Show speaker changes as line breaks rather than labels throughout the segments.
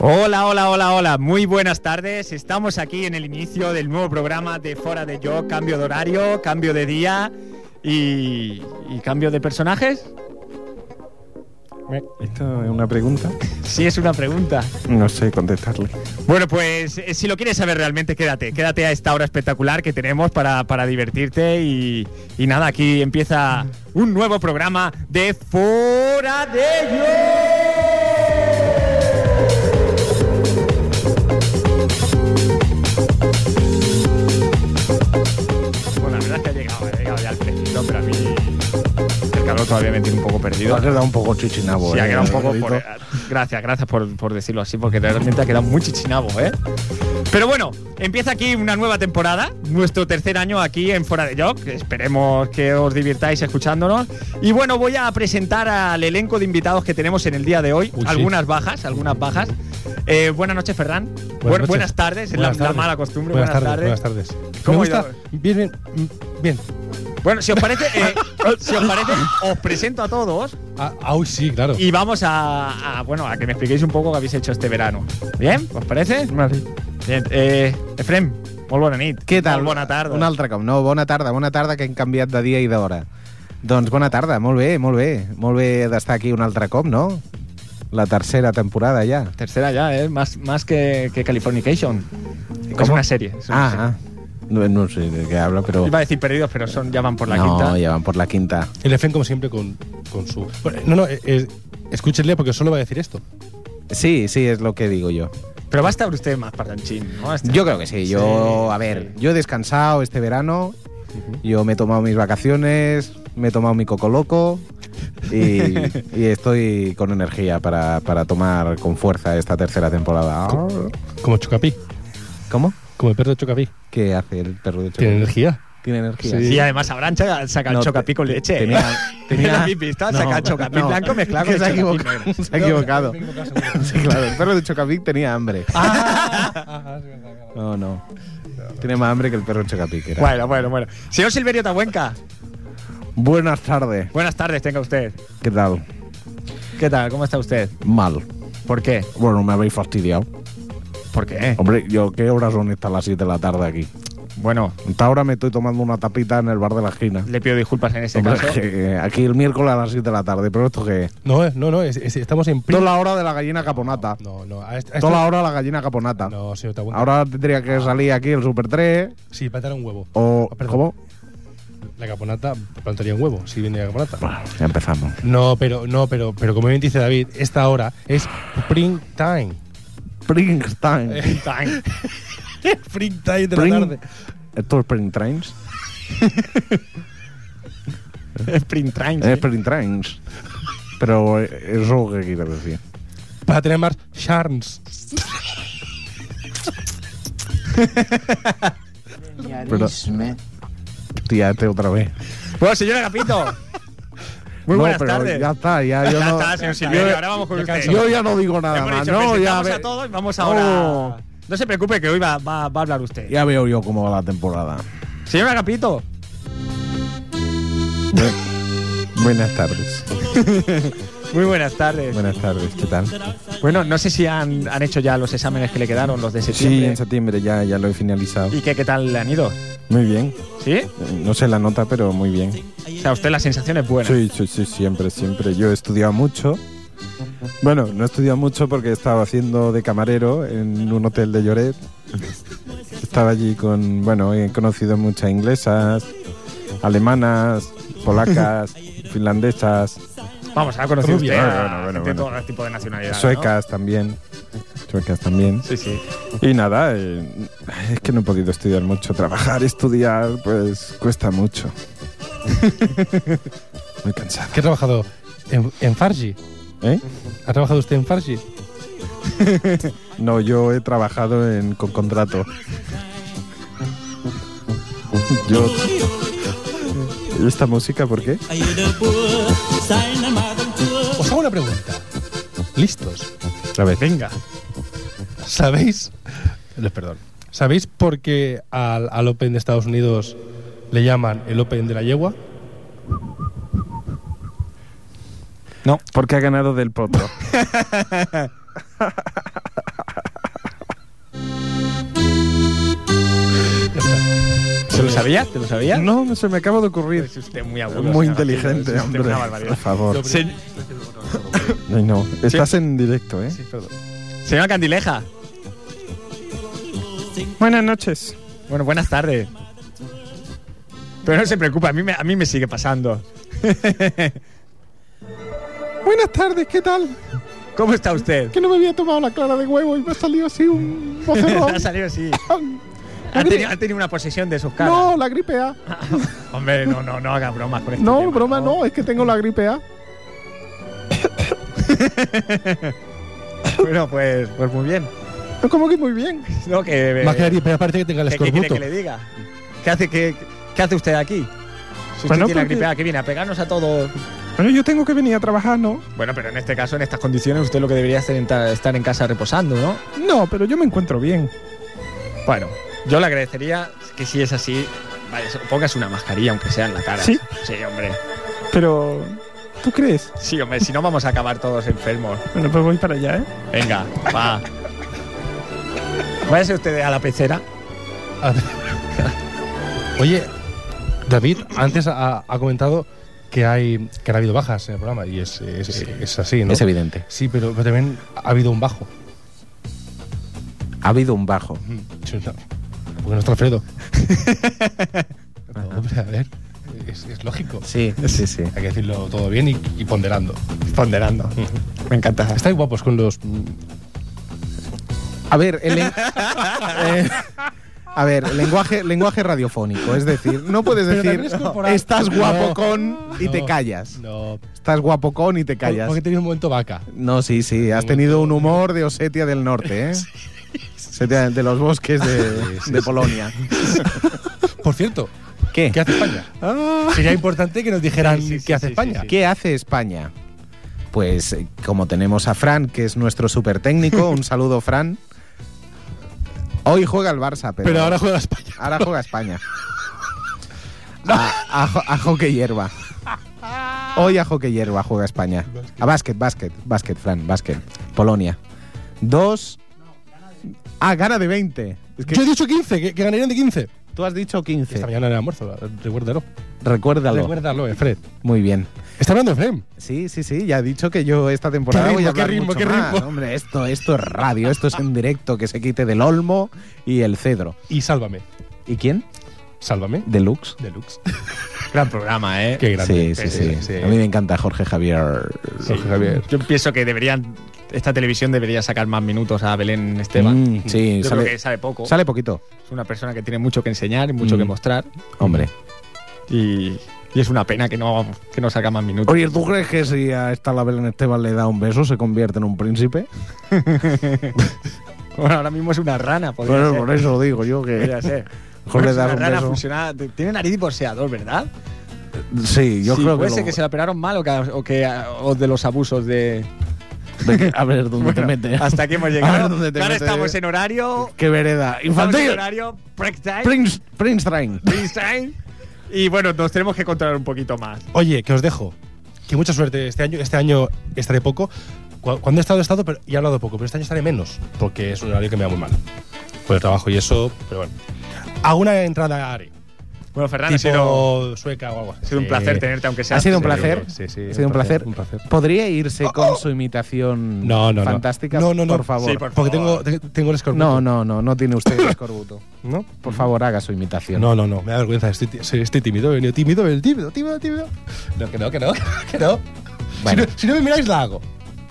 Hola, hola, hola, hola. Muy buenas tardes. Estamos aquí en el inicio del nuevo programa de Fora de Yo. Cambio de horario, cambio de día y, y cambio de personajes.
Esto es una pregunta.
Sí, es una pregunta.
No sé contestarle.
Bueno, pues eh, si lo quieres saber realmente, quédate. Quédate a esta hora espectacular que tenemos para, para divertirte. Y, y nada, aquí empieza un nuevo programa de Fora de Yo. Bueno, la verdad es que ha llegado, ha llegado ya al fresquito, pero a mí el calor todavía me tiene un poco perdido.
Ha quedado un poco chichinabo.
Pues,
Sí, ha
eh,
quedado un poco
Alfredito.
por- Gracias, gracias por, por decirlo así, porque realmente ha quedado muy chichinabo, ¿eh? Pero bueno, empieza aquí una nueva temporada, nuestro tercer año aquí en Fora de Joc. Esperemos que os divirtáis escuchándonos. Y bueno, voy a presentar al elenco de invitados que tenemos en el día de hoy.
Uy, sí.
algunas bajas, algunas bajas. Eh, buenas noches, Ferran. Buenas,
noches.
buenas tardes, es la-
Buenas
la,
tardes.
mala costumbre.
Buenas, tardes,
tardes.
buenas tardes.
¿Cómo
Me
ha ido?
gusta? Bien, bien, mm, bien.
Bueno, si os parece, eh, si os parece, os presento a todos.
Ah, ah, uy, sí, claro.
Y vamos a, a, bueno, a que me expliquéis un poco qué habéis hecho este verano. ¿Bien? ¿Os parece? Bien. Eh, Efrem, molt bona nit.
Què tal?
Molt bona tarda.
Un altre cop. No, bona tarda, bona tarda, que hem canviat de dia i d'hora. Doncs bona tarda, molt bé, molt bé. Molt bé d'estar aquí un altre cop, no? La tercera temporada ja.
Tercera ya, ¿eh? Más, más que, que Californication. Es
¿Cómo?
una serie. es una
Ah, ah. No, no sé de què habla, però...
serie. Iba a decir perdidos, pero son, ya van por la
no,
quinta.
ja van por la quinta.
El EFEN, como siempre, con, con su. Bueno, no, no, eh, eh, escúchenle porque solo va a decir esto.
Sí, sí, es lo que digo yo.
Pero va a estar usted más parlanchín, ¿no? Este-
Yo creo que sí. Yo,
Sí,
a ver,
sí.
yo he descansado este verano. Yo me he tomado mis vacaciones, me he tomado mi coco loco y, y estoy con energía para, para tomar con fuerza esta tercera temporada.
Como Chocapí.
¿Cómo?
Como el perro de Chocapí.
¿Qué hace el perro de
Tiene
chocolate?
energía.
Tiene energía.
Sí.
Y además habrán saca- sacado
No,
el chocapí
te-
con leche.
tenía-
¿eh?
tenía-
Era mi pista,
no,
saca el chocapí
no.
blanco mezclado con
Que se ha
chocapí
equivocado.
negro.
Se ha equivocado.
Me he equivocado, seguro.
Sí, claro, el perro de Chocapic tenía hambre.
Ah, es verdad, claro.
No, no. Tiene más hambre que el perro de Chocapic. era.
Bueno, bueno, bueno. Señor Silverio Tabuenca,
Buenas tardes.
buenas tardes tenga usted.
¿Qué tal?
¿Qué tal? ¿Cómo está usted?
Mal.
¿Por qué?
Bueno, me habéis fastidiado.
¿Por qué?
Hombre, yo, ¿qué horas son estas las 7 de la tarde aquí?
Bueno,
Hasta ahora me estoy tomando una tapita en el bar de la esquina.
le pido disculpas en ese
Hombre,
caso.
que aquí el miércoles a las 7 de la tarde, pero esto que es.
No, eh, no, no, es- es- estamos en
Toda
prima.
la hora de la gallina caponata.
No, no, a esta- a esta-
Toda la hora de la gallina caponata.
No, señor Tabuenca.
Ahora tendría que salir aquí el Super 3
Sí, plantará un huevo.
Oh.
o...
Ah, perdón.
¿Cómo?
La caponata plantaría un huevo, si viene la caponata.
Ya empezamos.
No, pero, no, pero, pero como bien dice David, esta hora es print time.
Eh,
Springtime.
Tan.
Print time de
Spring- ¿Esto es Spring Trains?
Sprint Train.
Es
sí.
Spring Trains. Pero eh, eso qué quiere decir.
Para tener más charms.
Pero- Tírate este otra vez.
Bueno, señor Agapito. Muy
No,
buenas
pero
tardes.
Ya está, ya yo
Ya
no...
está, señor Silverio.
yo-
Ahora vamos con
ya
usted.
canso.
Yo ya no digo nada
Hemos
más,
dicho,
¿no? Ya
presentamos
ve-
a todos y vamos ahora.
Oh.
No se preocupe que hoy va, va- va a hablar usted.
Ya veo yo cómo va la temporada.
Señor Agapito.
Buenas tardes.
Muy buenas tardes.
Buenas tardes, ¿qué tal?
Bueno, no sé si han, han hecho ya los exámenes que le quedaron, los de septiembre.
septiembre ya, ya lo he finalizado.
¿Y qué, qué tal le han ido?
Muy bien.
¿Sí?
No sé la nota, pero muy bien.
O sea, usted la sensación es buena.
Sí, sí, sí, siempre, siempre. Yo he estudiado mucho. Bueno, no he estudiado mucho porque estaba haciendo de camarero en un hotel de Lloret. Estaba allí con, bueno, he conocido muchas inglesas, alemanas, polacas, finlandesas,
Vamos, ha conocido
Rubia.
usted a
Bueno, bueno, bueno,
gente de
bueno.
todo tipo de nacionalidades. ¿no?
suecas también. Suecas también.
Sí, sí.
Y nada, eh, es que no he podido estudiar mucho. Trabajar, estudiar, pues cuesta mucho. Muy cansado.
¿Qué ha trabajado? En, en Farsi.
¿Eh?
¿Ha trabajado usted en Farsi?
No, yo he trabajado en, con contrato. Yo. ¿Y esta música por qué?
Os hago una pregunta. ¿Listos?
A ver.
Venga.
¿Sabéis? Les perdón. ¿Sabéis por qué al, al Open de Estados Unidos le llaman el Open de la Yegua?
No, porque ha ganado del potro.
sabías? ¿Te lo sabías?
No, no se me acaba de ocurrir.
Es usted muy agudo. señor
Muy inteligente,
García, es usted
hombre.
una
Por
barbaridad.
favor.
Se-
Ay, no. Estás en directo, ¿eh?
señora Candileja,
Buenas noches.
bueno, buenas tardes. Pero no se preocupe, a mí me, a mí me sigue pasando.
Buenas tardes, ¿qué tal?
¿Cómo está usted?
Que no me había tomado la clara de huevo y me ha salido así un
ha
vocerrón.
salido así.
La
Ha
gripe-
tenido, ha tenido una posesión de sus caras.
No, la gripe A.
Hombre, no, no, no haga bromas con este
No,
tema,
broma, no, es que tengo la gripe A.
Bueno, pues, pues muy bien.
No, como que muy bien.
No, que,
Eh, Más que la gripe, aparte que tenga el
¿qué- ¿Qué quiere
escorbuto.
que le diga? ¿Qué hace, qué, qué hace usted aquí? Si usted
Pues
Bueno,
tiene la
porque-
gripe A, que viene a pegarnos a todos.
Bueno, yo tengo que venir a trabajar, ¿no?
Bueno, pero en este caso, en estas condiciones, usted lo que debería hacer es ta- estar en casa reposando, ¿no?
No, pero yo me encuentro bien.
Bueno, yo le agradecería que si es así, vaya, se- póngase una mascarilla, aunque sea en la cara.
¿Sí?
Sí, hombre.
Pero, ¿tú crees?
Sí, hombre, si no vamos a acabar todos enfermos.
Bueno, pues voy para allá, ¿eh?
Venga, va. Váyase usted a la pecera.
Oye, David, antes ha, ha comentado que hay que han habido bajas en el programa y es, es- es así, ¿no?
Es evidente.
Sí, pero, pero también ha habido un bajo.
Ha habido un bajo.
Mm, chuta. Porque no está Alfredo. No, hombre, a ver, es, es lógico.
Sí, sí, sí.
Hay que decirlo todo bien y, y ponderando.
Ponderando. Me encanta.
Estáis guapos con los. mm,
A ver, el len- eh, a ver, lenguaje, lenguaje radiofónico. Es decir, no puedes
Pero
decir
también es corporal.
estás guapo
No,
con y te
no,
callas.
No.
Estás guapo con y te callas.
Porque he tenido un momento vaca.
No, sí, sí. Has tenido un humor de Osetia del Norte, ¿eh? Osetia de los bosques de, de Polonia.
Por cierto,
¿Qué?
¿qué hace España?
Ah.
Sería importante que nos dijeran
Sí, sí, sí,
qué hace
sí,
España.
sí,
¿Qué hace España? Pues eh, como tenemos a Fran, que es nuestro super técnico, un saludo Fran. Hoy juega el Barça, pero,
Pero ahora juega España.
ahora juega España. A, a jo- a hockey hierba. Hoy a hockey hierba juega España. A básquet, básquet, básquet, Fran, básquet. Polonia. Dos. Ah, gana de 20. Es que
Yo he dicho 15, que, que ganarían de 15.
tú has dicho
Esta
15.
mañana era almuerzo, recuérdalo.
Recuérdalo.
Recuérdalo, Efred.
Muy bien.
Está hablando Efraim.
Sí, sí, sí, ya he dicho que yo esta temporada
Qué
voy a
ritmo, qué
hablar
ritmo,
mucho
qué
más.
ritmo.
Hombre, esto, esto es radio, esto es en directo, que se quite del olmo y el cedro.
Y sálvame.
¿Y quién?
Sálvame.
Deluxe.
Deluxe.
Gran programa, ¿eh?
Qué grande.
sí, sí, sí, A mí me encanta Jorge Javier.
Jorge Javier.
Yo pienso que deberían. Esta televisión debería sacar más minutos a Belén Esteban.
Mm, sí,
Yo creo
sale,
que sabe poco.
sale poquito.
Es una persona que tiene mucho que enseñar y mucho
Mm.
que mostrar.
Hombre.
Y, y es una pena que no, que no saca más minutos.
Oye, ¿tú crees que si a esta la Belén Esteban le da un beso se convierte en un príncipe?
Bueno, ahora mismo es una rana, podría
Bueno,
ser.
por eso digo yo que
Podría ser.
mejor
Bueno,
le
es una
das un
rana
beso.
fusionada. Tiene nariz y porseador, ¿verdad?
Sí, yo
Sí,
creo
puede
que,
ser
lo-
que se la operaron mal o, que, o que- o de los abusos de.
de que- A ver dónde te
Bueno,
metes.
Hasta aquí hemos
A ver
llegado.
dónde te
Ahora
metes.
estamos en horario.
Qué vereda.
Estamos en
Infantil.
horario. Break time.
Prince, Prince Train.
freestyle. Y bueno, nos tenemos que controlar un poquito más.
Oye, que os dejo. Que mucha suerte este año. Este año estaré poco. Cu- Cuando he estado, he estado pero, y he hablado poco. Pero este año estaré menos. Porque es un horario que me va muy mal. Por el trabajo y eso. Pero bueno. Alguna entrada haré.
Bueno, Fernando,
Tipo
ha sido,
sueca o algo así.
ha sido un placer tenerte, aunque sea.
Ha sido un
Sí,
placer.
sí, sí,
ha sido un placer.
un placer.
¿Podría irse con su imitación
No, no, no.
fantástica?
No, no, no.
Por favor.
Sí, por
Porque
favor.
tengo, te- tengo el escorbuto.
No, no, no, no tiene usted escorbuto.
¿No?
Por favor, haga su imitación.
No, no, no, me da vergüenza. Estoy, ti- soy- estoy tímido, he venido tímido, el tímido, tímido, tímido. No, que no, que no, que no.
Bueno.
Si, no si no me miráis, la hago.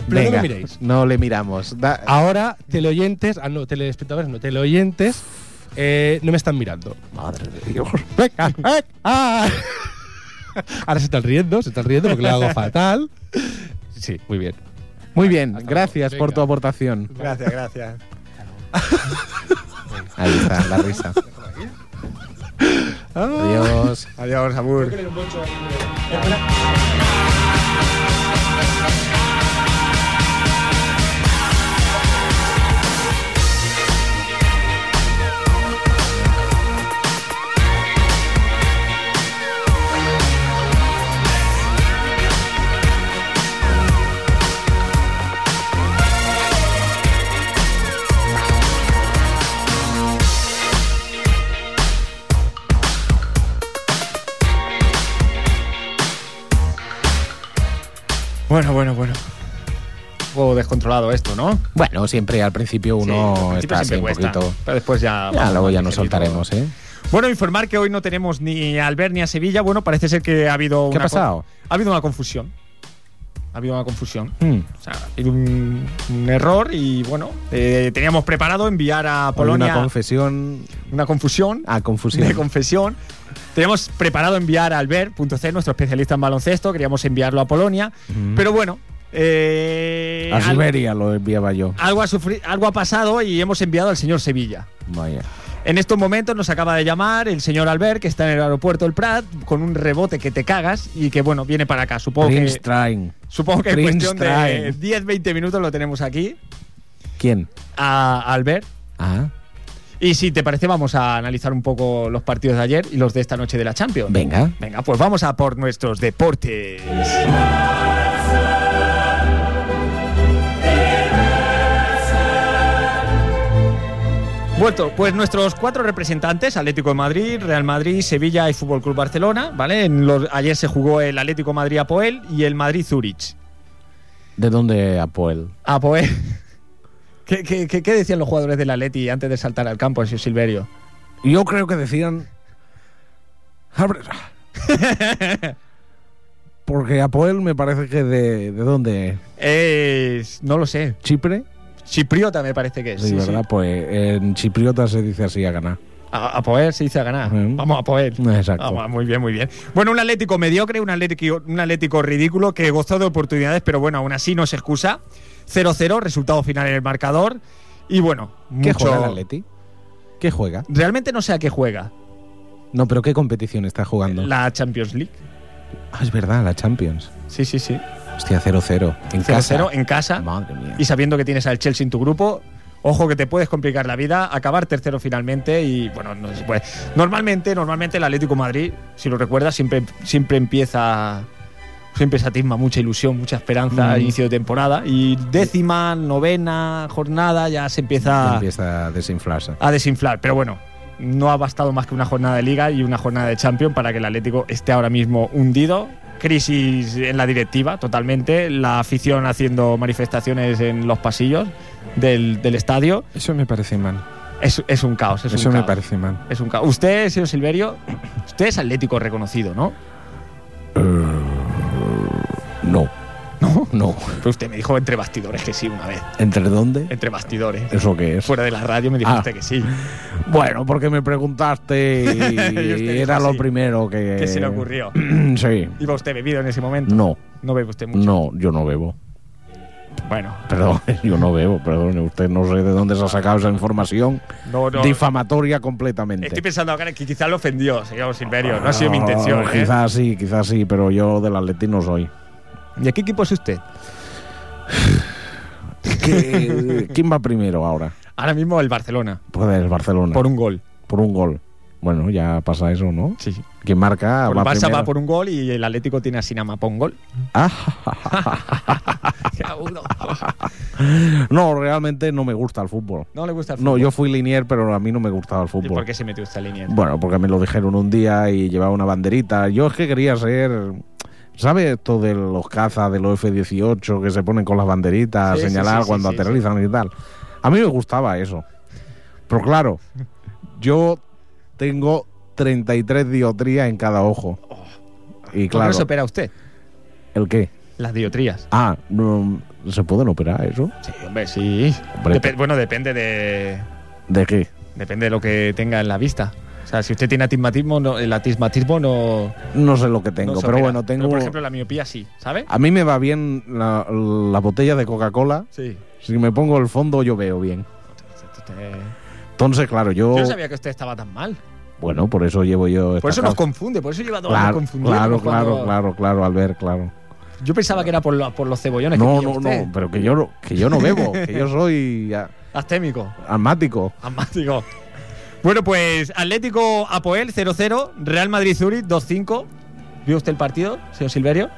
Pero
Venga,
no me miréis. Ah.
no le miramos. Da-
Ahora, teleoyentes, ah, no, telespectadores, no, teleoyentes, eh, no me están mirando.
Madre de Dios.
Venga, eh, ah. Ahora se están riendo, se están riendo porque la hago fatal. Sí, muy bien.
Muy bien,
luego.
gracias por
Venga.
tu aportación.
Gracias, gracias.
Ahí está, la risa. Adiós.
Adiós, Abur. Bueno, bueno, bueno. Un poco descontrolado esto, ¿no?
Bueno, siempre al principio
Sí,
uno
al principio
está así
siempre
un
cuesta,
poquito.
Pero después ya.
Ya,
vamos
luego ya
más
nos
ligerito.
soltaremos, ¿eh?
Bueno, informar que hoy no tenemos ni a Albert ni a Sevilla. Bueno, parece ser que ha habido.
¿Qué ha
una co-
pasado?
Ha habido una confusión. Ha habido una confusión.
Hmm.
O sea, ha habido un, un error y bueno, eh, teníamos preparado enviar a Polonia
Una confesión.
una confusión
Ah, confusión.
de confesión. Tenemos preparado enviar a Albert.c, nuestro especialista en baloncesto. Queríamos enviarlo a Polonia. Pero bueno. eh,
a
algo-
Siberia lo enviaba yo.
algo ha, sufri- algo ha pasado y hemos enviado al señor Sevilla.
Vaya.
En estos momentos nos acaba de llamar el señor Albert, que está en el aeropuerto del Prat, con un rebote que te cagas y que, bueno, viene para acá. Supongo
Prince
que,
Train.
supongo que en
Prince
cuestión de
Train.
10-20 minutos lo tenemos aquí,
¿Quién?
a Albert.
Ah,
Y si te parece, vamos a analizar un poco los partidos de ayer y los de esta noche de la Champions.
venga.
Venga, pues vamos a por nuestros deportes. Bueno, pues nuestros cuatro representantes, Atlético de Madrid, Real Madrid, Sevilla y Fútbol Club Barcelona, ¿vale? En los- ayer se jugó el Atlético de Madrid Apoel y el Madrid Zurich.
¿De dónde Apoel?
Apoel. ¿Qué, qué, qué- qué decían los jugadores del Atleti antes de saltar al campo, señor Silverio?
Yo creo que decían. Abre- Porque Apoel me parece que de. ¿De dónde?
Es- no lo sé.
¿Chipre?
Chipriota me parece que es.
Sí,
sí, sí.
¿verdad? Pues en chipriota se dice así a ganar.
A, a poder se dice a ganar.
Ujú.
Vamos a poder.
Exacto.
Vamos, muy bien, muy bien. Bueno, un Atlético mediocre, un Atlético, un Atlético ridículo que gozó de oportunidades, pero bueno, aún así no se excusa. 0-0, resultado final en el marcador. Y bueno,
¿Qué
mucho-
juega el Atleti? ¿Qué juega?
Realmente no sé a qué juega
No, pero ¿qué competición está jugando?
la Champions League.
Ah, es verdad, la Champions.
Sí, sí, sí.
Hostia, 0-0. En
0-0
casa.
en casa.
Madre mía.
Y sabiendo que tienes al Chelsea en tu grupo, ojo que te puedes complicar la vida, acabar tercero finalmente y bueno, no se puede. Normalmente, normalmente el Atlético de Madrid, si lo recuerdas, siempre, siempre empieza siempre se atisma mucha ilusión, mucha esperanza al inicio de temporada y décima, novena jornada ya se empieza
Empieza a desinflarse.
a desinflar, pero bueno, no ha bastado más que una jornada de liga y una jornada de Champions para que el Atlético esté ahora mismo hundido. Crisis en la directiva, totalmente. La afición haciendo manifestaciones en los pasillos del, del estadio.
Eso me parece mal.
Es, es un caos. Es
Eso
un
me
caos.
parece mal.
Es un caos. Usted, señor Silverio, usted es atlético reconocido, ¿no?
No. No, no.
Pero usted me dijo entre bastidores que sí una vez.
¿Entre dónde?
Entre bastidores.
¿Eso qué es?
Fuera de la radio me dijo
Ah.
usted que sí.
Bueno, porque me preguntaste
Y
y,
usted
era
dijo
lo
sí.
primero que...
¿Qué se le ocurrió?
sí.
¿Iba usted bebido en ese momento?
No,
No bebe usted mucho.
no, yo no bebo.
Bueno,
Perdón, yo no bebo, perdón. Usted no sé de dónde se ha sacado esa información
no, no.
difamatoria completamente.
Estoy pensando ahora que quizás lo ofendió, señor Silverio. No ha sido mi intención.
No,
¿eh?
Quizás sí, quizás sí, pero yo del Atleti no soy.
¿Y a qué equipo es usted?
¿Qué- ¿Quién va primero ahora?
Ahora mismo el Barcelona,
Pues el Barcelona.
por un gol.
Por un gol. Bueno, ya pasa eso, ¿no?
Sí.
Quien marca
Por
Ah, va
el Barça
primero.
va por un gol y el Atlético tiene a Sinamapa un gol.
Ah,
Qué agudo.
no, realmente no me gusta el fútbol.
no le gusta el
No,
fútbol.
yo fui linier, pero a mí no me gustaba el
¿Y
fútbol.
por qué se metió esta línea?
Bueno, porque me lo dijeron un día y llevaba una banderita. Yo es que quería ser. ¿Sabes esto de los cazas de los F-18 que se ponen con las banderitas
Sí,
a
sí,
señalar
sí, sí,
cuando
sí,
aterrizan y tal? A mí me gustaba eso. Pero claro, yo tengo 33 diotrías en cada ojo.
Oh.
Y
¿Cómo
claro,
se opera usted?
¿el qué?
Las diotrías.
Ah, no, ¿se pueden operar eso?
Sí, hombre, sí.
Hombre,
Depe- bueno, depende de.
¿De qué?
Depende de lo que tenga en la vista. O sea, si usted tiene atismatismo, no- el atismatismo no.
No sé lo que
no
tengo,
se
pero
opera.
bueno, tengo. Ah.
por ejemplo, la miopía sí, ¿sabe?
A mí me va bien la, la botella de Coca-Cola.
Sí.
Si me pongo el fondo, yo veo bien. Entonces, claro, yo.
Yo no sabía que usted estaba tan mal.
Bueno, por eso llevo yo. esta
Por eso nos
causa.
confunde, por eso lleva todo
Claro,
confundido.
claro, claro, claro, claro, Albert, claro.
Yo pensaba que era por, lo- por los cebollones
No,
que
no,
usted.
no, pero que yo, no- que yo no bebo, que yo soy a-
Astémico,
asmático.
asmático. Bueno, pues Atlético Apoel 0-0, Real Madrid Zurich 2-5. ¿Vio usted el partido, señor Silverio?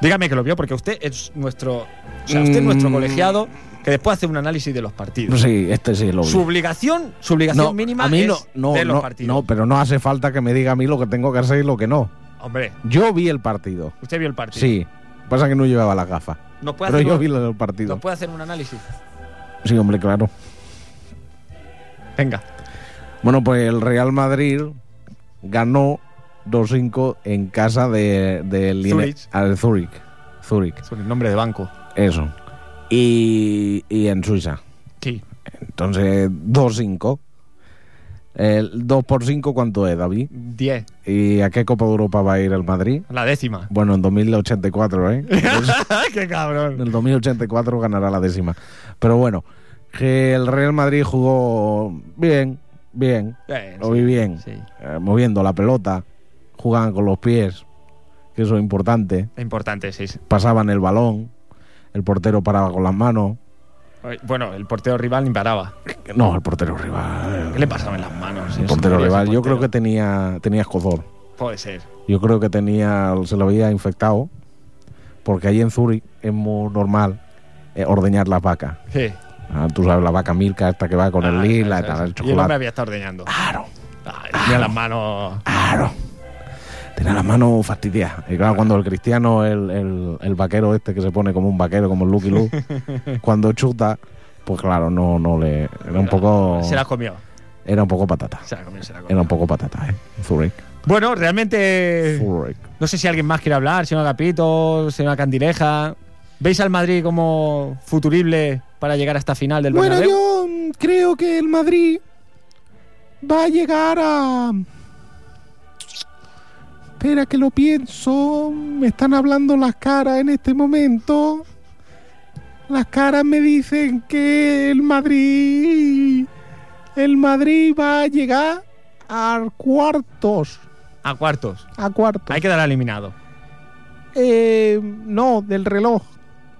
Dígame que lo vio, porque usted es nuestro. O sea, usted es nuestro
Mm.
colegiado que después hace un análisis de los partidos.
Sí, este sí lo vi.
Su obligación, su obligación
No,
mínima
a mí
es
no, no,
ver los
no,
partidos.
no, pero no hace falta que me diga a mí lo que tengo que hacer y lo que no.
Hombre,
Yo vi el partido.
usted vio el partido.
Sí. Pasa que no llevaba las gafas.
¿Nos puede,
Pero
hacer
yo
un,
vi los partidos.
¿Nos puede hacer un análisis?
Sí, hombre, claro.
Venga.
Bueno, pues el Real Madrid ganó 2-5 en casa de, del
Zurich.
al Zurich. Zurich,
Sobre el nombre de banco.
eso. Y, y en Suiza.
Sí.
Entonces, 2-5. El 2 por 5, ¿cuánto es, David?
10.
¿Y a qué Copa de Europa va a ir el Madrid?
La décima.
Bueno, en 2084, ¿eh?
¡Qué cabrón!
En el 2084 ganará la décima. Pero bueno, que el Real Madrid jugó bien, bien,
Eh,
lo vi bien.
sí.
Eh, moviendo la pelota, jugaban con los pies, que eso es importante,
Importante, sí. sí.
pasaban el balón, el portero paraba con las manos.
Bueno, el portero rival ni paraba.
No, el portero rival.
¿Qué le pasaba en las manos?
El portero rival, yo creo que tenía, tenía escozor.
Puede ser.
Yo creo que tenía, se lo había infectado, porque ahí en Zurich es muy normal eh, ordeñar las vacas.
Sí.
Ah, tú sabes, la vaca Milka, esta que va con el
Ah,
lila, y
eso, eso. Y
tal, el
el hombre
chocolate. Ah.
había estado ordeñando.
Claro,
Ay, tenía las manos.
claro. Tenía las manos fastidiadas. Y claro, cuando el cristiano, el, el- el vaquero este que se pone como un vaquero, como el Lucky Luke, cuando chuta, pues claro, no, no le. Era un poco.
Se las comió.
Era un poco patata.
Se las comió, se las comió.
Era un poco patata, ¿eh? Zurich.
Bueno, realmente.
Zurich.
No sé si alguien más quiere hablar, si no Agapito, si no Candileja. ¿Veis al Madrid como futurible para llegar hasta final del
Bueno,
Bernabéu?
yo mm, creo que el Madrid va a llegar a. Espera que lo pienso. Me están hablando las caras en este momento. Las caras me dicen que el Madrid. El Madrid va a llegar a cuartos.
A cuartos.
A cuartos.
Hay que dar eliminado.
Eh, no, del reloj.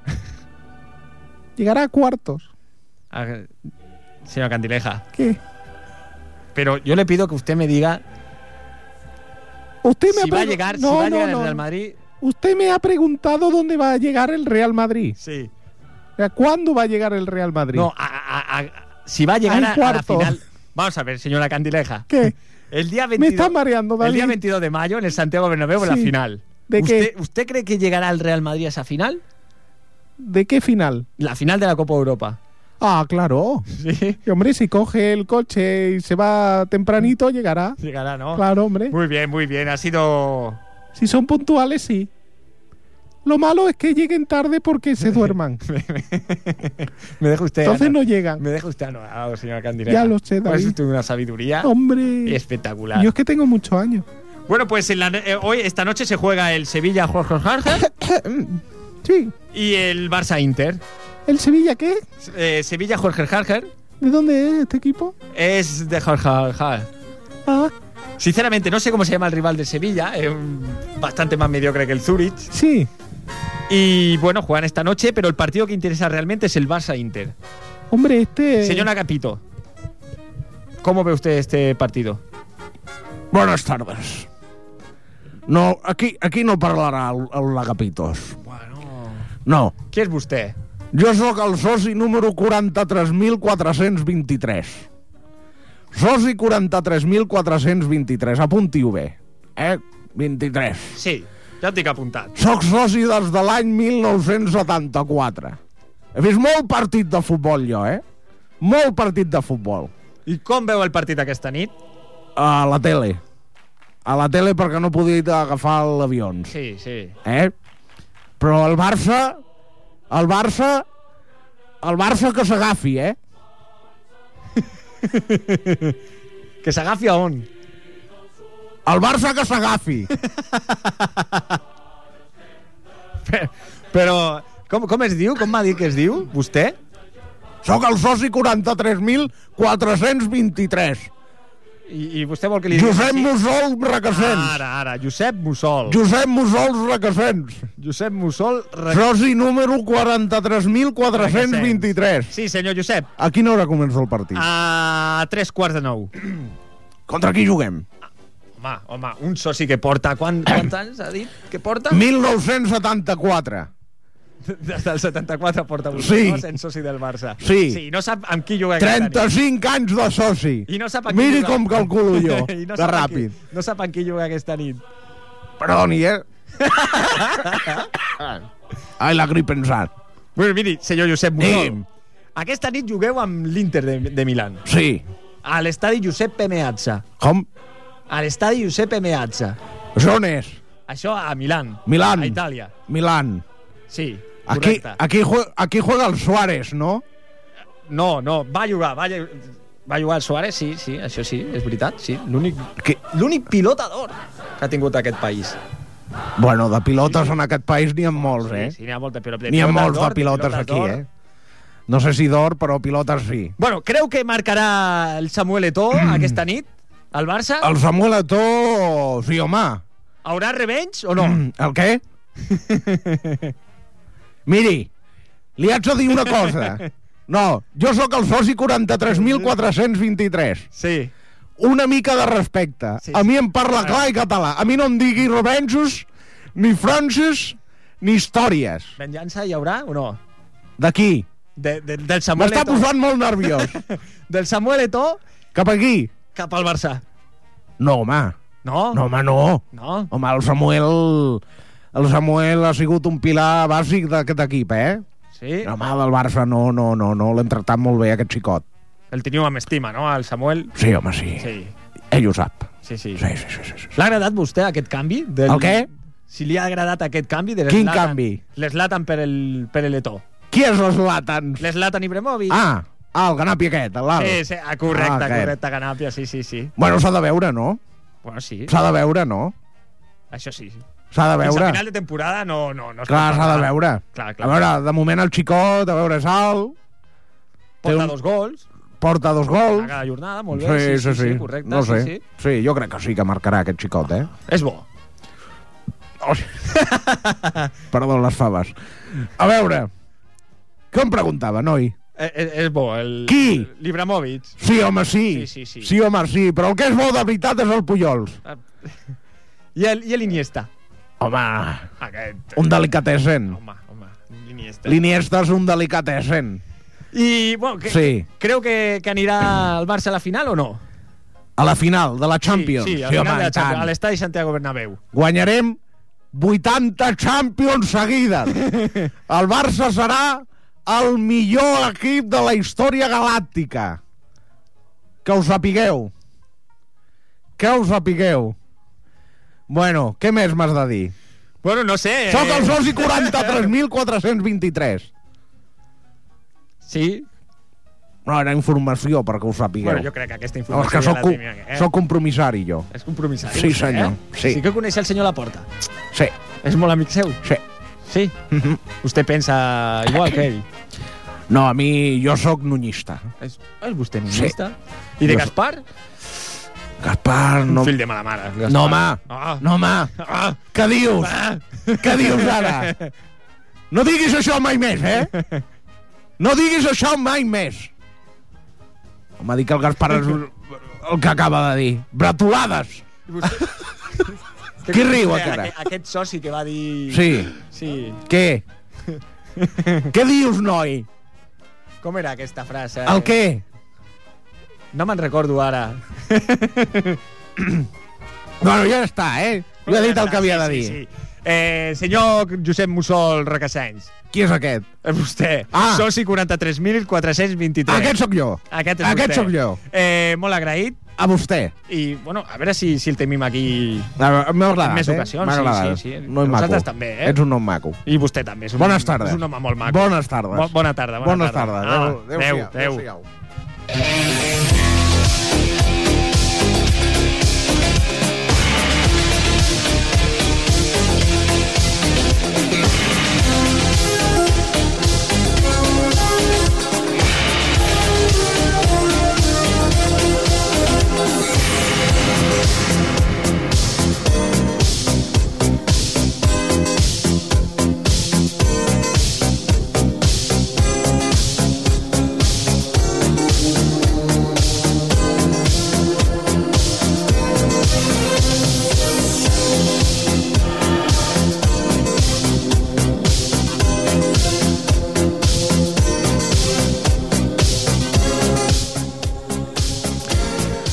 Llegará a cuartos.
A... Ah, Señor Candileja.
¿Qué?
Pero yo le pido que usted me diga
Usted me
si
ha
va a
pregu-
llegar,
No,
si va a
no,
llegar
no.
el Real Madrid.
Usted me ha preguntado dónde va a llegar el Real Madrid.
Sí.
O sea, ¿Cuándo va a llegar el Real Madrid?
No, a- a- a- si va a llegar
Hay
a, a la
cuarto.
final. Vamos a ver, señora Candileja.
¿Qué?
El día
Me
22,
está mareando,
el día
David.
22 de mayo en el Santiago Bernabéu en la
Sí.
final.
¿De
¿Usted, ¿Usted cree que llegará el Real Madrid a esa final?
¿De qué final?
La final de la Copa Europa.
Ah, claro.
Sí.
Y, hombre, si coge el coche y se va tempranito, llegará.
Llegará, ¿no?
Claro, hombre.
Muy bien, muy bien. Ha sido.
Si son puntuales, sí. Lo malo es que lleguen tarde porque se duerman.
Me deja usted.
Entonces
ano-
no llegan.
Me deja usted anodado, señora Candileja.
Ya lo sé,
Ha
David.
sido una sabiduría
Hombre,
espectacular.
yo es que tengo muchos años.
Bueno, pues en la no- eh, hoy, esta noche se juega el Sevilla Jorge Harger
Sí.
y el Barça Inter.
¿El Sevilla qué?
Eh, Sevilla Jorge Harger
¿De dónde es este equipo?
es de Jorge Harger.
Ah,
Sinceramente, no sé cómo se llama el rival de Sevilla. Es un- bastante más mediocre que el Zurich.
sí.
Y bueno, juegan esta noche, pero el partido que interesa realmente es el Barça Inter.
Hombre, este...
Señor Agapito, ¿cómo ve usted este partido?
Buenas tardes. No, aquí, aquí no parlarà el, el Lagapitos.
Bueno.
No,
¿Qué es usted?
jo sóc el soci número 43.423. Soci 43.423, apunti-ho bé. Eh? 23.
Sí, ja et dic apuntat.
Soc soci des de l'any 1974. He vist molt partit de futbol, jo, eh? Molt partit de futbol.
I com veu el partit aquesta nit?
A la tele. A la tele perquè no podia agafar l'avions.
Sí, sí.
eh? Però el Barça, el Barça, el Barça que s'agafi, eh?
Que s'agafi a on?
El Barça que s'agafi.
Però com, com es diu? Com m'ha dit que es diu? Vostè?
Soc el soci 43.423.
I, i vostè vol que li digui...
Josep
que
Mussol Requesens.
Ara, ara, Josep Mussol.
Josep Mussols Requesens.
Josep Mussol... Re...
Soci número 43.423.
Sí, senyor Josep.
A quina hora comença el partit?
Ah. A tres quarts de nou.
Contra qui juguem?
Ah. Home, home, un soci que porta... Quant, quants anys ha dit que porta?
1974.
Des del 74 porta un
Sí.
no? sent soci del Barça.
Sí.
Sí, no sap amb qui juga aquesta nit.
35 anys de soci.
I no sap a qui
Miri
juga.
com calculo jo,
I no
de
sap amb
ràpid.
Qui, no sap amb qui juga aquesta nit.
Perdoni, eh? Ai, la gripe pensar.
Bueno, miri, senyor Josep Murón,
Digui'm.
aquesta nit jugueu amb l'Inter de, de Milán,
Sí.
a l'estadi Josep P. Meazza.
Com?
A l'estadi Josep P. Meazza.
Això on és?
Això a Milán.
Milán.
A Itàlia.
Milán.
Sí,
Aquí,
correcte.
aquí, jue- aquí juega el Suárez, ¿no?
No, no, va jugar, va, lle- va jugar el Suárez, sí, sí, això sí, és veritat, sí. L'únic
Que,
l'únic pilota d'or que ha tingut aquest país.
bueno, de pilotes en aquest país n'hi ha molts, eh?
Sí, n'hi ha molta pilota.
N'hi ha molts de pilotes aquí, eh? No sé si d'or, però pilotes sí.
Bueno, creu que marcarà el Samuel Eto'o
Mm.
aquesta nit al Barça?
El Samuel Eto'o, sí, home.
Haurà revenys o no?
Mm, El què? Miri, li haig de dir una cosa. No, jo sóc el soci 43.423.
Sí.
Una mica de respecte.
Sí, sí.
A
Ah.
mi em parla clar i català. A mi no em digui revenjos, ni frances, ni històries.
Venjança hi haurà o no?
D'aquí.
De, de, del Samuel
M'està
Eto'o.
posant molt nerviós.
Del Samuel Eto'o
Cap aquí.
cap al Barça.
No, home.
No?
No, home, no.
No?
Home, el Samuel... El Samuel ha sigut un pilar bàsic d'aquest equip, eh?
Sí.
Home, del Barça, no, no, no, no. L'hem tractat molt bé, aquest xicot.
El teniu amb estima, no? El Samuel.
Sí, home, sí.
Sí,
Ell ho sap.
sí, sí.
Sí, sí, sí. sí, sí.
L'ha agradat a vostè aquest canvi? Del...
El què?
Si li ha agradat aquest canvi de
Quin
l'Zlatan-
canvi?
L'Zlatan per el per el Eto'o.
Qui és l'Eslatan?
L'Zlatan Ibrahimovic.
Ah, ah, el Ganapi aquest, l'Al.
Sí, sí, ah, correcte,
Ah, aquest.
correcte, Ganapia, sí, sí, sí.
Bueno, s'ha de veure, no?
Bueno, sí,
S'ha de veure, no?
això sí.
S'ha de
Fins
veure.
a final de temporada no, no, no es
Clar,
pot
s'ha de
parlar.
veure.
Clar,
A
clar.
veure, de moment el xicot, a veure, és alt, té
Porta
un-
dos gols
porta dos
a
gols.
cada jornada, molt bé. Sí, sí, sí, correcte,
no sé.
sí, sí.
sí, jo crec que sí que marcarà aquest xicot, eh?
És bo. Oh.
Perdó, les faves. A veure, què em preguntava, noi?
Eh, eh, És bo. El...
Qui?
L'Ibrahimovic.
Sí, home, sí.
Sí, sí, sí.
Sí, home, sí. Però el que és bo de veritat és el Pujols.
Ah, I el, I l'Iniesta.
Home,
Aquest.
un delicatessen.
Home, home, l'Iniesta.
L'Iniesta és un delicatessen.
I, bueno, que,
Sí.
creu que, que anirà al Barça a la final o no?
A la final de la Champions.
Sí, sí, al
home,
final de la
i tant.
Champions, a l'estadi Santiago Bernabéu.
Guanyarem 80 Champions seguides. El Barça serà el millor equip de la història galàctica. Que us sapigueu. Que us sapigueu. Bueno, què més m'has de dir?
Bueno, no sé.
Soc el
eh,
soci 43.423.
Sí.
No, era informació perquè us sapigueu.
Bueno, jo crec que aquesta
No,
informació
és que
ja
sóc,
la
com-
tenia, eh?
sóc compromissari, jo.
És compromissat.
Sí, senyor, sí.
sí que coneix el senyor Laporta.
Sí,
És molt amic seu.
sí.
Sí.
Mhm.
Vostè pensa igual que ell.
No, a mi, jo sóc nunyista.
És, és vostè
Sí.
nunista? I de
Jo-
Gaspar?
Gaspar,
Un
no...
fill de mala mare. Gaspar.
No, home.
Ah.
No, home.
Ah.
Què dius?
Ah.
Què dius ara? No diguis això mai més, eh? No diguis això mai més. Home, dic que el Gaspar és el que acaba de dir. Bratolades.
I vostè-
Qui riu,
vostè,
encara?
aqu- Aquest soci que va dir...
Sí.
Sí.
Què? què dius, noi?
Com era aquesta frase?
El què?
No me'n recordo ara.
Bueno, ja està, eh? Jo he dit el que havia de dir.
Sí, sí. Eh, senyor Josep Mussol Requesens,
Qui és aquest?
és vostè.
Ah.
Soci 43.423.
Aquest sóc jo.
Aquest és
Aquest
vostè.
sóc jo.
Eh, molt agraït.
A vostè.
I, bueno, a veure si, si el tenim aquí...
A veure, M'ha agradat,
En més
eh?
ocasions,
M'ha
sí,
agradat.
sí, sí.
Noi
Vosaltres
maco.
també, eh?
Ets un nom maco.
I vostè també. És un,
Bones tardes.
És un home molt maco.
Bones tardes.
Bo, bona tarda. Bona
Bones
tarda.
tardes.
Ah,
Adéu,
adéu, adéu.
adéu, adéu.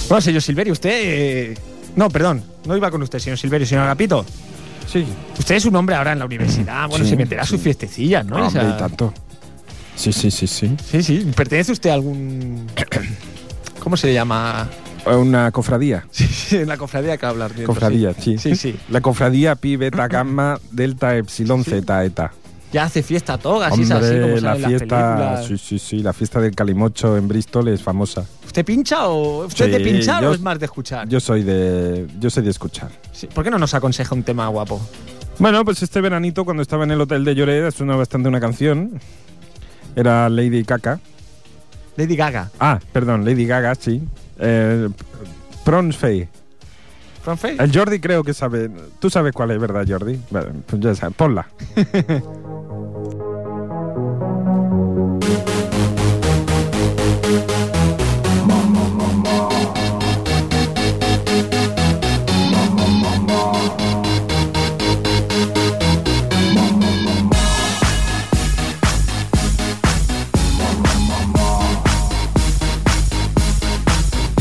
Bueno, señor Silverio, usted... eh, No, perdón. No iba con usted, señor Silverio, señor Agapito.
Sí.
Usted es un hombre ahora en la universidad. Bueno,
Mm, Sí,
se meterá a sus
sí.
fiestecillas, ¿no?
No, hombre,
Esa-
y tanto. Sí, sí, sí, sí.
Sí, sí. ¿Pertenece usted a algún. ¿Cómo se le llama?
Una cofradía.
Sí, sí, en la cofradía que hablar. mientras,
Cofradía, sí.
Sí, sí.
La cofradía pi, beta, gamma, delta, epsilon, zeta, eta.
sí. Ya hace fiesta togas y es así como
Hombre, la
salen las
fiesta,
películas.
sí, sí, sí, la fiesta del Calimocho en Bristol es famosa.
¿Usted pincha o. ¿Usted
Sí,
es de pinchar
yo-
o es más de escuchar?
Yo soy de, yo soy de escuchar.
Sí, ¿Por qué no nos aconseja un tema guapo?
Bueno, pues este veranito cuando estaba en el hotel de Lloret sonó bastante una canción. Era Lady Caca.
Lady Gaga.
Ah, perdón, Lady Gaga, sí. Eh, Pronsfey.
¿From Faith?
El Jordi creo que sabe. Tú sabes cuál es, ¿verdad, Jordi? Vale, pues ya sabes, ponla.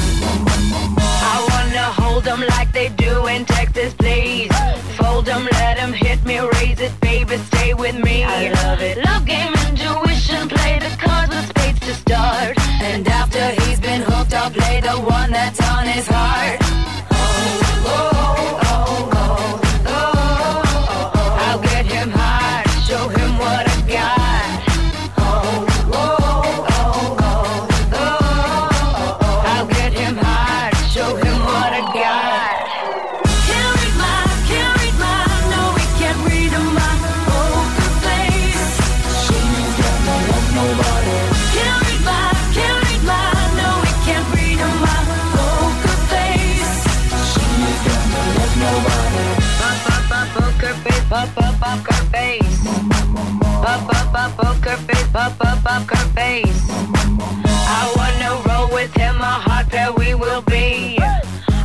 I wanna hold 'em like they do in Texas, please. Fold 'em, let 'em hit me, raise it, baby, stay with me. I love it. Love game, intuition, play the cards with spades to start. And after he's been hooked, I'll play the one that's on his heart. Oh, oh, oh, oh, oh, oh, oh. I'll get him high, show him what I got. Oh, oh, oh, oh, oh, oh, oh. I'll get him high, show him what I got. Can't read my, can't read my, no, he can't read my poker face. She never loved nobody. Can't read my, can't read my, no, he can't read my poker face. She never loved nobody. Pop, pop, pop, poker face, pop, pop, poker face. Pop, pop, pop, poker face, pop, pop, poker face. I wanna roll with him, a hot pair we will be.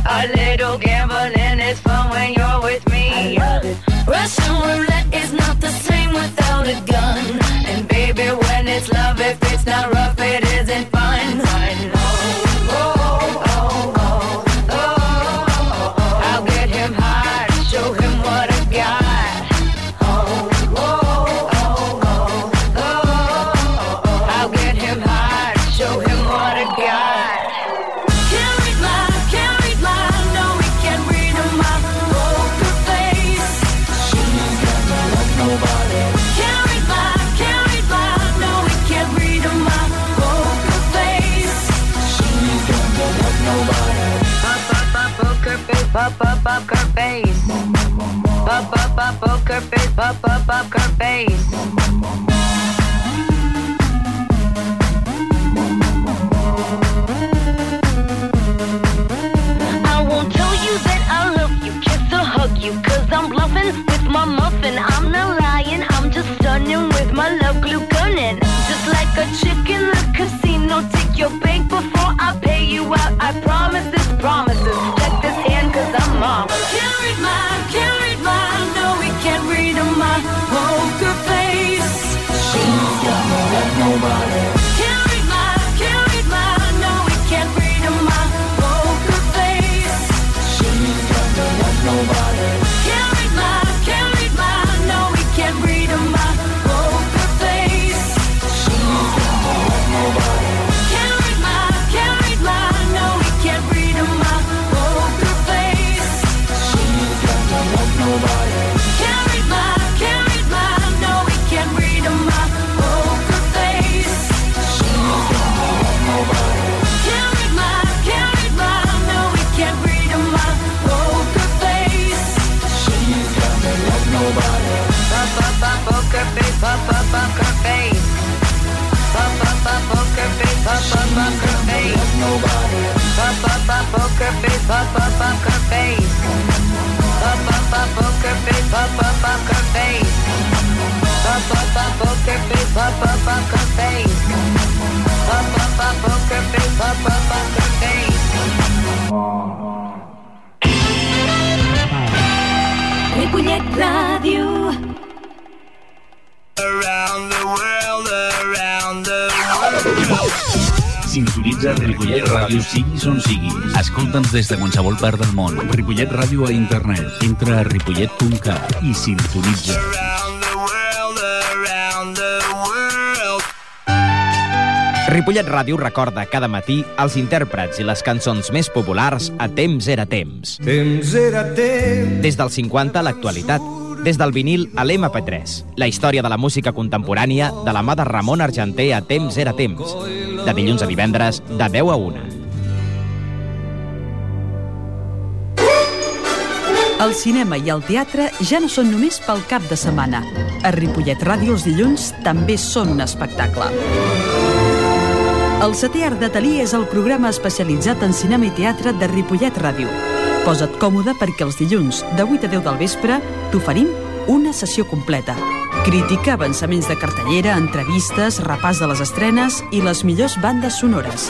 A little gambling is fun when you're with me. Russian roulette is not the same without a gun. And baby, when it's love, if it's not rough, it isn't fun. Oh, oh, oh, oh, oh, oh. I'll get him high, show him what I got. Oh, oh, oh, oh, oh, oh. I'll get him high, show him what I got. Can't read my, can't read my, no, he can't read my poker face. She never loved nobody. Can't read my, can't read my, no, he can't read my poker face. She never loved nobody. Pop, pop, pop, poker face, pop, pop, poker face. Pop, pop, pop, poker face, pop, pop, poker face. I won't tell you that I love you, kiss or hug you, cause I'm bluffing with my muffin. I'm not lying, I'm just stunning with my love glue gunning. Just like a chick in the casino, take your bank before I pay you out. I promise this promises. Check this hand, cause I'm marvelous. Can't read my, can't read my, no, we can't read my poker face. She's got no love, nobody. Can't read my, can't read my, no, we can't read my poker face. She's got no love, nobody. Can't read my, can't read my, no, we can't read my poker face. She's got no love, nobody. Can't read my, can't read my, no, we can't read my poker face. She's got no love, nobody. Can't read my, can't read my, no, we can't read my poker face. She's got no love, nobody. Can't read my, can't read my, no, we can't read my poker face. She's got no love, nobody. Pop, pop, pop, poker face, pop, pop, poker face. Pop, pop, pop, poker face, pop, pop, poker face. Nobody. Pop, pop, pop, poker face, pop, pop, poker face. Pop, pop, pop, poker face, pop, pop, poker face. Pop, pop, pop, poker face, pop, pop, poker face. Pop, pop, pop, poker face, pop, pop, poker face. Ripollet Radio.
Sintonitza Ripollet Ràdio, siguis on siguis. Escolta'ns des de qualsevol part del món. Ripollet Ràdio a internet. Entra a ripollet.cat i sintonitza.
Ripollet Ràdio recorda cada matí els intèrprets i les cançons més populars a Temps era temps. Temps era temps. Des del 50 a l'actualitat. Des del vinil a l'MP3. La història de la música contemporània de la mà de Ramon Argenter a Temps era temps. De dilluns a divendres, de 10 a 1.
El cinema i el teatre ja no són només pel cap de setmana. A Ripollet Ràdio els dilluns també són un espectacle. El setè art d'Atalí és el programa especialitzat en cinema i teatre de Ripollet Ràdio. Posa't còmode perquè els dilluns, de 8 a 10 del vespre, t'oferim una sessió completa. Crítica, avançaments de cartellera, entrevistes, repàs de les estrenes i les millors bandes sonores.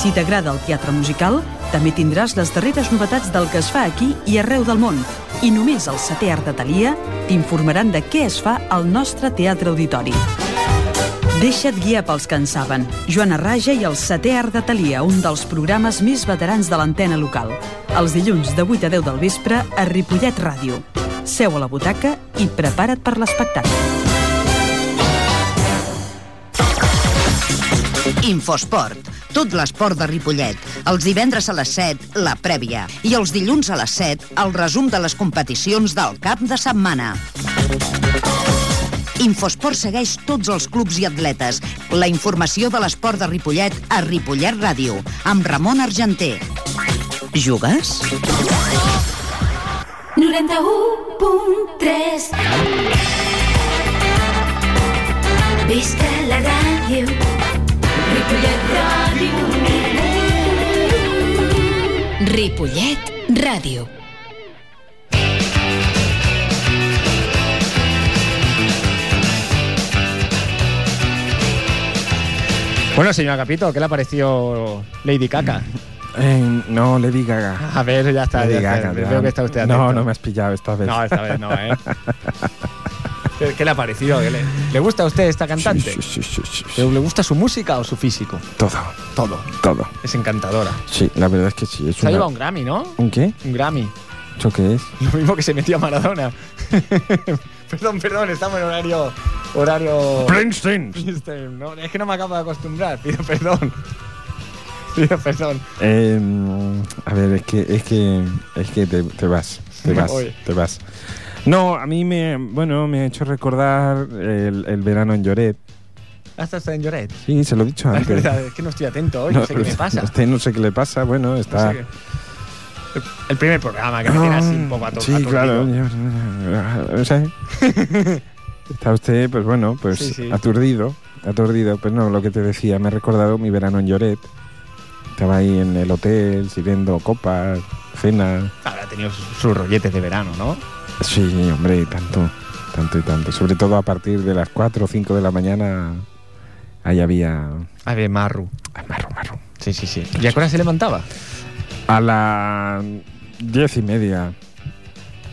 Si t'agrada el teatre musical, també tindràs les darreres novetats del que es fa aquí i arreu del món. I només al setè art de Talia t'informaran de què es fa al nostre teatre auditori. Deixa't guiar pels que en saben. Joana Raja i el setè art de Talia, un dels programes més veterans de l'antena local. Els dilluns de 8 a 10 del vespre a Ripollet Ràdio. Seu a la butaca i prepara't per l'espectacle.
Infosport, tot l'esport de Ripollet. Els divendres a les 7, la prèvia. I els dilluns a les 7, el resum de les competicions del cap de setmana. Infosport segueix tots els clubs i atletes. La informació de l'esport de Ripollet a Ripollet Ràdio, amb Ramon Argenter. Jugues?
91.3 Visca la ràdio Ripollet Ràdio
Ripollet Ràdio.
Bueno, señora Capito, ¿qué le ha parecido Lady Caca?
Eh, no, Lady Gaga.
A ver, ya está.
Lady
ya está.
Gaga,
Veo que está usted atento.
No, no me has pillado esta vez.
No, esta vez no, ¿eh? ¿Qué- ¿Qué le ha parecido? ¿Qué le, ¿Le gusta a usted esta cantante?
Sí, sí, sí, sí, sí.
¿Le le gusta su música o su físico?
Todo,
Todo.
todo.
Es encantadora.
Sí, la verdad es que sí. Es
Se ha
una...
llevado un Grammy, ¿no?
¿Un qué?
Un Grammy.
¿Eso qué es?
Lo mismo que se metió a Maradona. perdón, perdón, estamos en horario. Horario.
Princeton.
Einstein, no, es que no me acabo de acostumbrar. Pido perdón. Pido perdón.
Eh, a ver, es que, es que, es que te, te vas, te
Me
vas,
voy.
te vas. No, a mí me, bueno, me ha hecho recordar el, el verano en Lloret.
Hasta está Ah, en Lloret.
Sí, se lo he dicho
Es
antes.
verdad, es que no estoy atento hoy, Ah, no, sé qué me pasa.
a usted no sé qué le pasa, bueno,
No
está...
sé qué. El primer programa que me tiene así un poco ator-
Ah, Sí,
aturdido.
claro. o sea, está usted, pues bueno, pues
Sí, sí.
aturdido, aturdido. Pues no, lo que te decía, me ha recordado mi verano en Lloret. Estaba ahí en el hotel sirviendo copas, cena.
Habrá tenido sus, sus rolletes de verano, ¿no?
Sí, hombre, y tanto, tanto y tanto. Sobre todo a partir de las 4 o 5 de la mañana, ahí había...
A ver, Marru.
Amarro, amarro.
Sí, sí, sí. ¿Y a qué hora se levantaba?
A las diez y media,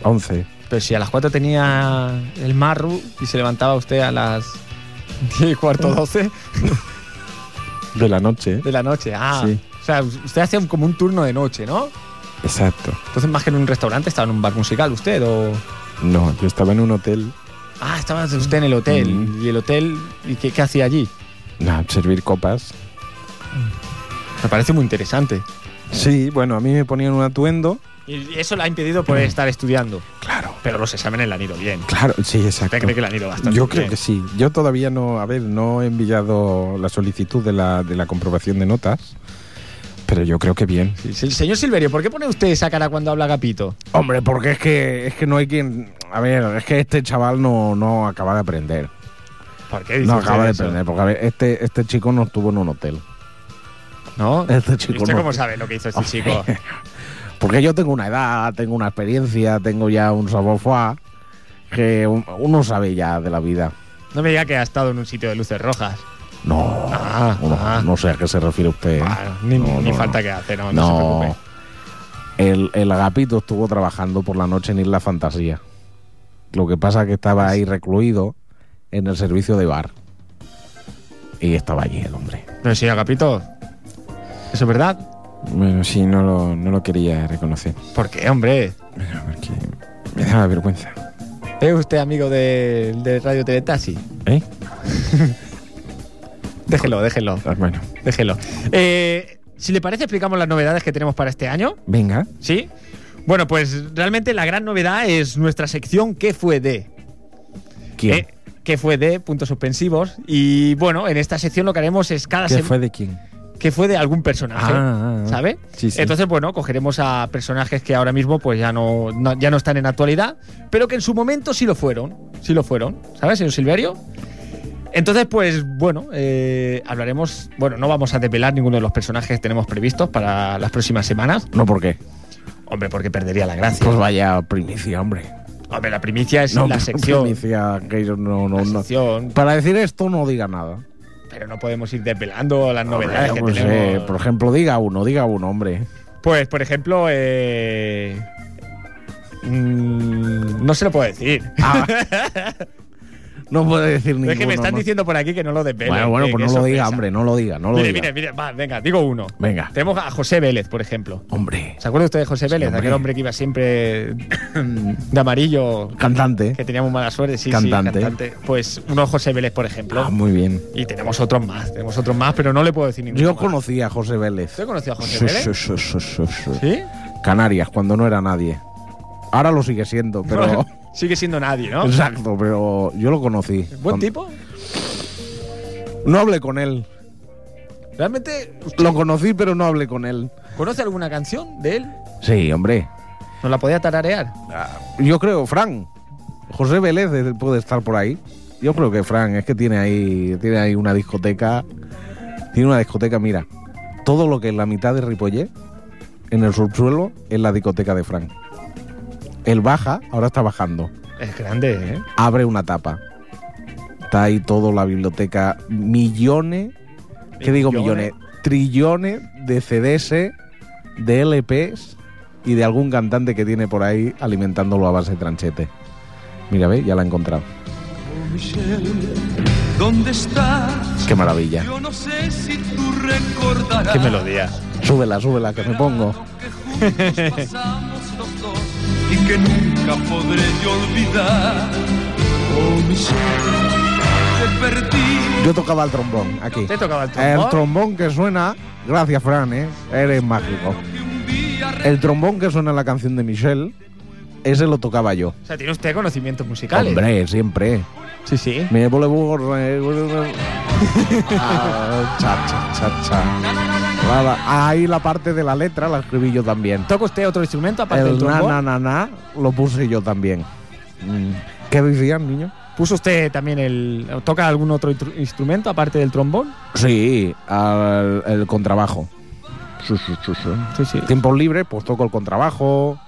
11.
Pero si a las 4 tenía el Marru y se levantaba usted a las 10 y cuarto, 12
De la noche,
de la noche. Ah,
Sí.
o sea, usted hacía un- como un turno de noche, ¿no?
exacto.
Entonces, más que en un restaurante, estaba en un bar musical usted o...
No, yo estaba en un hotel
Ah, estaba usted en el hotel.
Mm.
¿Y el hotel? ¿Y qué, qué hacía allí?
No, servir copas.
Me parece muy interesante.
Sí, bueno, a mí me ponían un atuendo.
Y eso le ha impedido poder estar estudiando.
Claro.
Pero los exámenes le han ido bien.
Claro, sí, exacto.
Usted cree que le han ido bastante
Yo
bien.
creo que sí. Yo todavía no, a ver, no he enviado la solicitud de la, de la comprobación de notas, pero yo creo que bien.
Sí, sí. Señor Silverio, ¿por qué pone usted esa cara cuando habla Gapito?
Hombre, porque es que...
Es que no hay quien... A ver, es que este chaval no, no acaba de aprender.
¿Por qué dice
No
usted
acaba de
eso?
aprender, porque a ver, este, este chico no estuvo en un hotel.
¿No?
Este
¿Y
chico
usted
no.
cómo sabe lo que hizo este chico?
Porque yo tengo una edad, tengo una experiencia, tengo ya un savoir faire que un- uno sabe ya de la vida.
No me diga que ha estado en un sitio de luces rojas.
No,
Ah,
no,
ah.
no sé a qué se refiere usted. ¿eh?
Bueno, Ah, ni,
No,
ni
no,
falta
no.
que hace, Ah, no, no, se
No,
preocupe.
el, el Agapito estuvo trabajando por la noche en Isla Fantasía. Lo que pasa que estaba ahí recluido en el servicio de bar. y estaba allí el hombre.
Pero sí, Agapito. ¿Eso es verdad?
Bueno, sí, no lo, no lo quería reconocer.
¿Por qué, hombre?
Me daba vergüenza.
¿Es usted amigo de, de Radio Teletasi?
¿Eh?
déjelo, déjelo.
Bueno.
Déjelo. Eh, si le parece, explicamos las novedades que tenemos para este año.
Venga.
¿Sí? Bueno, pues realmente la gran novedad es nuestra sección ¿Qué fue de?
¿Quién?
Eh, ¿Qué fue de? Puntos suspensivos. Y bueno, en esta sección lo que haremos es cada
¿Qué
semana
fue de quién?
que fue de algún personaje,
Ah, ah, ah.
¿sabe?
Sí, sí.
Entonces, bueno, cogeremos a personajes que ahora mismo pues ya no, no- ya no están en actualidad, pero que en su momento sí lo fueron, sí lo fueron, ¿sabes, señor Silverio? Entonces, pues bueno, eh, hablaremos, bueno, no vamos a develar ninguno de los personajes que tenemos previstos para las próximas semanas,
No, ¿por qué?
hombre, porque perdería la gracia.
Pues vaya primicia, hombre.
Hombre, la primicia es
no,
la sección,
primicia, que yo no, no,
la
no.
sección,
Para decir esto no diga nada.
pero no podemos ir desvelando las
Hombre,
novedades
pues,
que
eh,
tenemos.
por ejemplo, diga uno, diga uno, hombre.
Pues, por ejemplo, eh... mm, no se lo puedo decir.
No puede decir ninguno.
Ah. es que me están
¿no?
diciendo por aquí que no lo desvele.
Bueno, bueno,
que-
pues
que
no lo diga,
sorpresa.
hombre, no lo diga, no lo
mire,
diga.
mire, mire, va, venga, digo uno.
Venga,
Tenemos a José Vélez, por ejemplo.
hombre,
¿Se acuerda usted de José Vélez?
hombre.
Aquel hombre que iba siempre de amarillo,
cantante.
que tenía muy mala suerte. Sí,
Cantante.
sí, cantante. Pues uno José Vélez, por ejemplo.
Ah, muy bien.
y tenemos otros más, tenemos otros más, pero no le puedo decir ninguno.
Yo
más.
conocía a José Vélez.
¿Usted conoció a José
Sí,
Vélez?
sí, sí, sí, sí, sí.
¿Sí?
Canarias, cuando no era nadie. Ahora lo sigue siendo, pero.
Sigue siendo nadie, ¿no?
Exacto, pero yo lo conocí.
¿Buen
Cuan-
tipo?
No hablé con él.
Realmente,
Lo conocí, pero no hablé con él.
¿conoce alguna canción de él?
Sí, hombre.
¿Nos la podía tararear?
Yo creo, Fran. José Vélez eh, puede estar por ahí. Yo creo que Fran, es que tiene ahí, tiene ahí una discoteca. Tiene una discoteca, mira. Todo lo que es la mitad de Ripollet, en el subsuelo, es la discoteca de Fran. Él baja, ahora está bajando.
Es grande, ¿eh?
abre una tapa. Está ahí toda la biblioteca. Millones, ¿qué digo millones? Trillones de CDs, de LPs y de algún cantante que tiene por ahí alimentándolo a base de tranchete. Mira, ve, ya la he encontrado.
¿Dónde estás?
Qué maravilla.
Yo no sé si tú recordarás.
Qué melodía.
Súbela, súbela, que me pongo.
Que juntos pasamos los dos y que nunca podré yo olvidar. Oh, mi ser, te perdí.
Yo tocaba el trombón, aquí.
¿Te tocaba el
El
trombón?
trombón que suena, gracias Fran, ¿eh? eres mágico. El trombón que suena en la canción de Michelle, ese lo tocaba yo.
O sea, tiene usted conocimientos musicales.
Hombre, siempre.
Sí, sí.
Me volevo Ah, cha, cha, cha, cha. La, la- ahí la parte de la letra la escribí yo también.
¿Toca usted otro instrumento aparte del
El na
trombón?
na na na lo puse yo también. Mm. ¿Qué decían, niño?
¿Puso usted también el... ¿Toca algún otro intru- instrumento aparte del trombón?
Sí, al- el contrabajo. Sí, sí, sí, sí.
Sí, sí.
Tiempo libre, pues toco el contrabajo,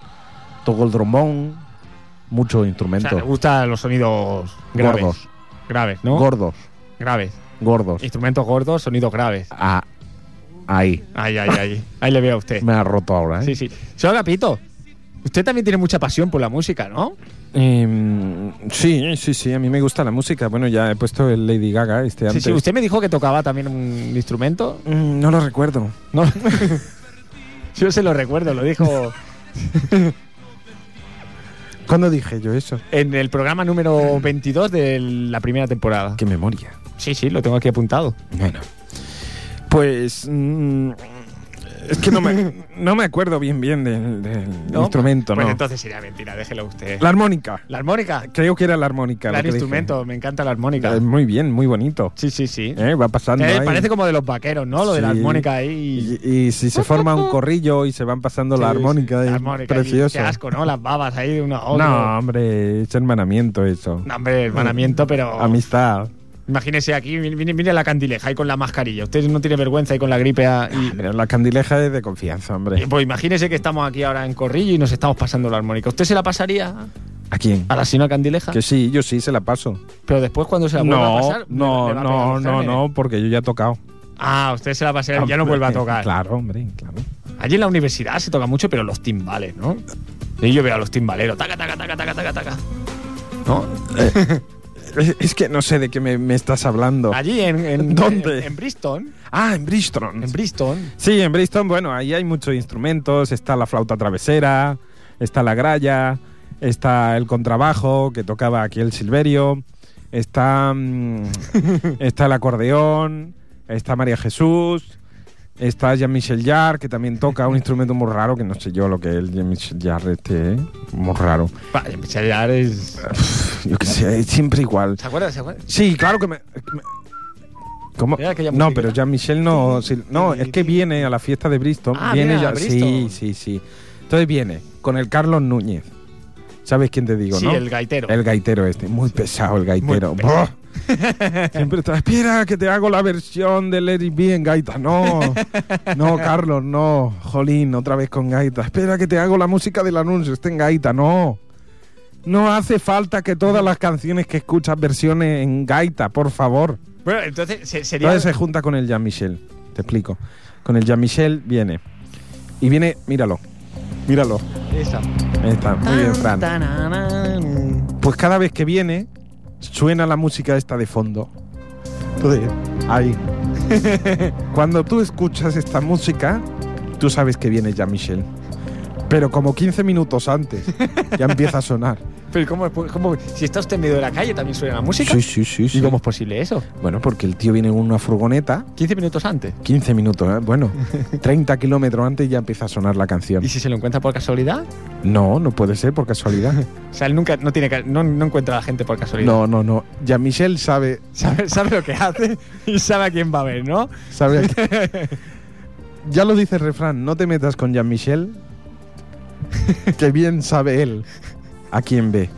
toco el trombón, muchos
O sea, le
instrumentos.
gustan los sonidos graves.
Gordos.
Graves, ¿no?
Gordos,
graves.
gordos.
Instrumentos gordos, sonidos graves.
Ah, ahí,
Ahí, ahí, ahí. Ahí le veo a usted.
me ha roto ahora, ¿eh?
Sí, sí. Señor Capito, usted también tiene mucha pasión por la música, ¿no?
Em, sí, sí, sí, a mí me gusta la música. Bueno, ya he puesto el Lady Gaga este
Sí,
antes.
sí. Usted me dijo que tocaba también un instrumento.
Mm, no lo recuerdo.
No. Yo se lo recuerdo, lo dijo
¿Cuándo dije yo eso?
en el programa
Mm.
número 22 de la primera temporada.
Qué memoria.
Sí, sí, lo tengo aquí apuntado.
Bueno. Pues. mm, es que no me, no me acuerdo bien bien del, del
¿No?
instrumento,
Pues
¿no?
entonces sería mentira, déjelo usted.
La armónica.
La armónica.
Creo que era la armónica. lo
Claro,
que dije.
instrumento, me encanta la armónica.
Eh, muy bien, muy bonito.
Sí, sí, sí.
Eh, va pasando.
Eh,
ahí.
parece como de los vaqueros, ¿no? Lo de la
Sí.
armónica ahí.
Y, y si se forma un corrillo y se van pasando la
Sí, sí,
armónica,
la
es
armónica.
precioso.
Y Qué asco, ¿no? Las babas ahí de uno a otro.
No, hombre, es hermanamiento eso.
No, hombre, hermanamiento, pero.
Amistad.
Imagínese aquí, mire, mire- mire la candileja ahí con la mascarilla. Usted no tiene vergüenza ahí con la gripe. ah, y-
Pero la candileja es de confianza,
Eh,
hombre.
Pues imagínese que estamos aquí ahora en Corrillo y nos estamos pasando la armónica. ¿Usted se la pasaría
¿A quién?
a la señora Candileja?
Que sí, yo sí se la paso.
Pero después cuando se la vuelva a
No,
pasar... le va- le
no,
va a pegar
no,
un
no,
germen.
no, porque yo ya he tocado.
Ah, usted se la pasará y ya no vuelve a tocar.
Claro, hombre, claro.
Allí en la universidad se toca mucho, pero los timbales, ¿no? Y yo veo a los timbaleros, taca, taca, taca, taca, taca, taca. ¿No?
Es que no sé de qué me, me estás hablando.
Allí en, en-
¿Dónde?
En, en Bristol.
Ah, en Bristol.
En Bristol.
Sí, en Bristol, bueno, ahí hay muchos instrumentos. Está la flauta travesera, está la gralla, está el contrabajo que tocaba aquí el Silverio, está, mm, está el acordeón, está María Jesús, está Jean-Michel Jarre, que también toca un instrumento muy raro, que no sé yo lo que es Jean-Michel Jarre este, ¿eh? muy raro.
Jean-Michel Jarre es...
Yo qué sé, es siempre igual.
¿Se acuerdas? ¿Se acuerdas?
Sí, claro que me. que me- ¿Cómo?
Mira aquella
No,
musiquita.
pero Jean-Michel no. sí, no, es que viene a la fiesta de Bristol.
Ah,
viene
viene a
ya- Sí,
Bristol.
sí, sí. Entonces viene con el Carlos Núñez. ¿Sabes quién te digo,
Sí,
no?
el gaitero.
El gaitero este. Muy pesado el gaitero. Buah. Siempre está. Espera, que te hago la versión de Let It Be en gaita. No, no, Carlos, no. Jolín, otra vez con gaita. Espera, que te hago la música del anuncio. Está en gaita. No. No hace falta que todas las canciones que escuchas versiones en gaita, por favor.
Bueno, entonces se- sería...
Entonces se junta con el Jean-Michel. Te explico. Con el Jean-Michel viene. Y viene, míralo. Míralo.
Esa.
Ahí está. Muy bien, Fran.
Tananán.
Pues cada vez que viene, suena la música esta de fondo. Entonces, ahí. Cuando tú escuchas esta música, tú sabes que viene ya Michel. Pero como 15 minutos antes, ya empieza a sonar.
Pero ¿cómo, cómo- si está usted en medio de la calle también suena la música?
Sí, sí, sí, sí.
¿Y cómo es posible eso?
Bueno, porque el tío viene en una furgoneta,
15 minutos antes.
15 minutos, ¿eh? bueno, 30 kilómetros antes ya empieza a sonar la canción.
¿Y si se lo encuentra por casualidad?
No, no puede ser por casualidad.
O sea, él nunca no tiene ca- no, no encuentra a la gente por casualidad.
No, no, no. Ya Michel sabe,
Sabe, sabe lo que hace y sabe a quién va a ver, ¿no?
sabe. que- ya lo dice el refrán, no te metas con Jean-Michel, que bien sabe él a quién ve.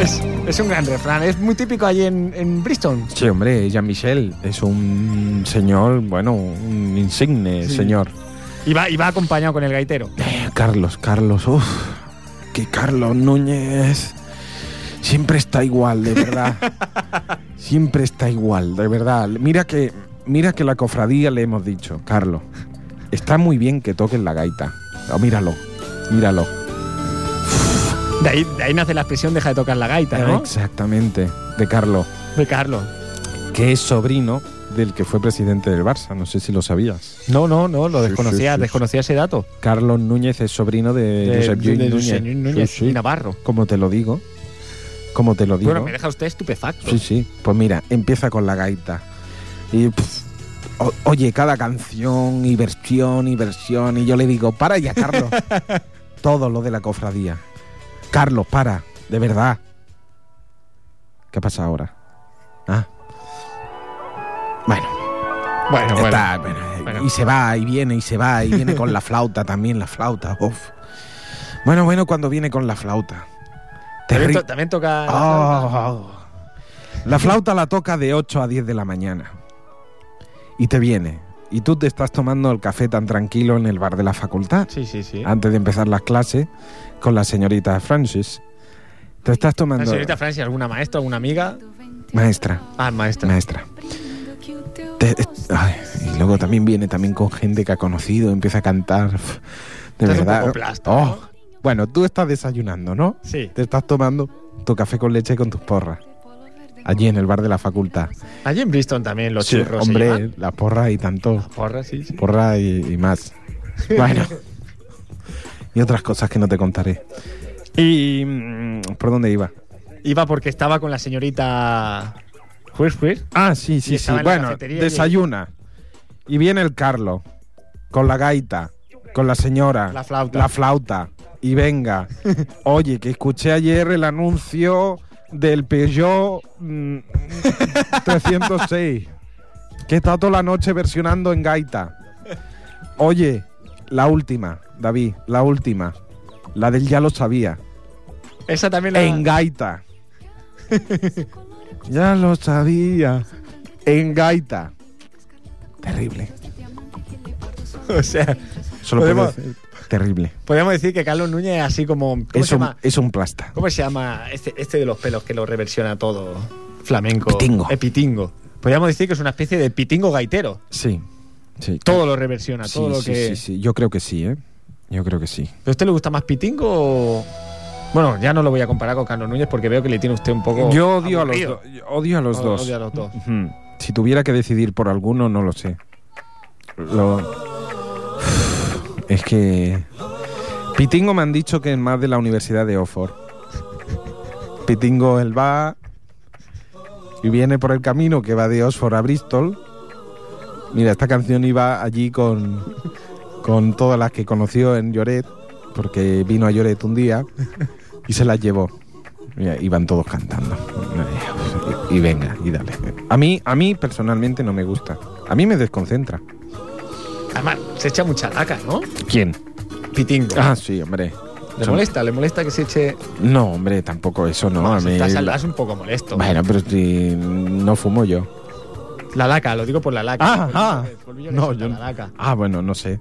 Es, es un gran refrán, es muy típico allí en, en Bristol.
Sí, hombre, Jean-Michel es un señor, bueno, un insigne
Sí.
señor.
Y va, y va acompañado con el gaitero.
Eh, Carlos, Carlos, uff, que Carlos Núñez siempre está igual, de verdad. siempre está igual, de verdad. Mira que, mira que la cofradía le hemos dicho, Carlos, está muy bien que toquen la gaita. Oh, míralo, míralo.
De ahí, de ahí nace la expresión deja de tocar la gaita, ¿Ah, ¿no?
Exactamente, de Carlos,
De Carlos.
que es sobrino del que fue presidente del Barça, no sé si lo sabías.
No, no, no, lo
Sí,
desconocía,
sí, sí,
desconocía ese dato.
Carlos Núñez es sobrino de,
De-
Josep
de-
Lluís
de
Núñez.
Josep Lluís Núñez
Sí, sí.
y Navarro.
Como te lo digo, como te lo digo.
Bueno, me deja usted estupefacto.
Sí, sí. Pues mira, empieza con la gaita. Y pf, o- oye, cada canción y versión y versión. Y yo le digo, para ya, Carlos. Todo lo de la cofradía. Carlos, para. De verdad. ¿Qué pasa ahora? Ah. Bueno,
Bueno, bueno.
está, bueno,
Bueno.
Y se va, y viene, y se va, y viene con la flauta también, la flauta. uf. Bueno, bueno, cuando viene con la flauta.
También,
Terri-
to- también
Ah.
toca.
Oh. La flauta la toca de 8 a 10 de la mañana. Y te viene. Y tú te estás tomando el café tan tranquilo en el bar de la facultad,
Sí, sí, sí.
antes de empezar las clases, con la señorita Francis. Te estás
La
tomando...
señorita Francia, alguna maestra, alguna amiga.
Maestra,
Ah, maestra.
maestra. Te- eh, ay, y luego también viene también con gente que ha conocido, empieza a cantar. Uf, De
Estás un
verdad.
poco plasto,
Oh. Bueno, tú estás desayunando, ¿no?
Sí.
Te estás tomando tu café con leche con tus porras. Allí en el bar de la facultad.
Allí en Bristol también los
Sí,
churros. se llaman.
hombre, la porra y tanto.
Porra, sí, sí.
Porra y, y más. Bueno. y otras cosas que no te contaré. Y. mm, ¿Por dónde iba?
Iba porque estaba con la señorita. Juiz, juiz.
Ah, sí,
Y
sí, sí.
estaba en la
Bueno,
cafetería y-
desayuna. Y viene el Carlos. Con la gaita. Con la señora.
La flauta.
La flauta. Y venga. Oye, que escuché ayer el anuncio del Peugeot mm, 306. Que he estado toda la noche versionando en gaita. Oye, la última, David, la última. La del ya lo sabía.
Esa también la.
En gaita. ya lo sabía. En gaita. Terrible.
O sea,
Solo
Podemos-
puedo decir-
Terrible.
Podríamos decir que Carlos Núñez es así como. ¿Cómo
Es
se
un,
llama?
es un plasta.
¿Cómo se llama este, este de los pelos que lo reversiona todo? Flamenco.
Pitingo.
Eh, pitingo. Podríamos decir que es una especie de pitingo gaitero.
Sí. sí.
Todo lo reversiona,
Sí,
todo lo
sí,
que.
sí, sí. Yo creo que sí, ¿eh? Yo creo que sí.
¿Pero a usted le gusta más pitingo o.? Bueno, ya no lo voy a comparar con Carlos Núñez porque veo que le tiene usted un poco.
Yo odio a los
aburrido.
dos. yo Odio a los
Odio
dos.
a los dos.
Ujú. Si tuviera que decidir por alguno, no lo sé. Lo... Es que... Pitingo me han dicho que es más de la Universidad de Oxford. Pitingo él va y viene por el camino que va de Oxford a Bristol. Mira, esta canción iba allí con, con todas las que conoció en Lloret, porque vino a Lloret un día y se las llevó. Mira, iban todos cantando. Y, y venga, y dale. A mí, a mí personalmente no me gusta. A mí me desconcentra.
Además, se echa mucha laca, ¿no?
¿Quién?
Pitingo.
Ah, sí, hombre.
¿Le molesta? ¿Le molesta que se eche.?
No, hombre, tampoco eso, no.
Bueno,
a
si
mí,
estás al- es un poco molesto.
Bueno, pero si no fumo yo.
La laca, lo digo por la Eh, laca.
Ah, ah.
El polvillo que
No,
suelta
yo
la
no.
laca.
Ah, bueno, no sé.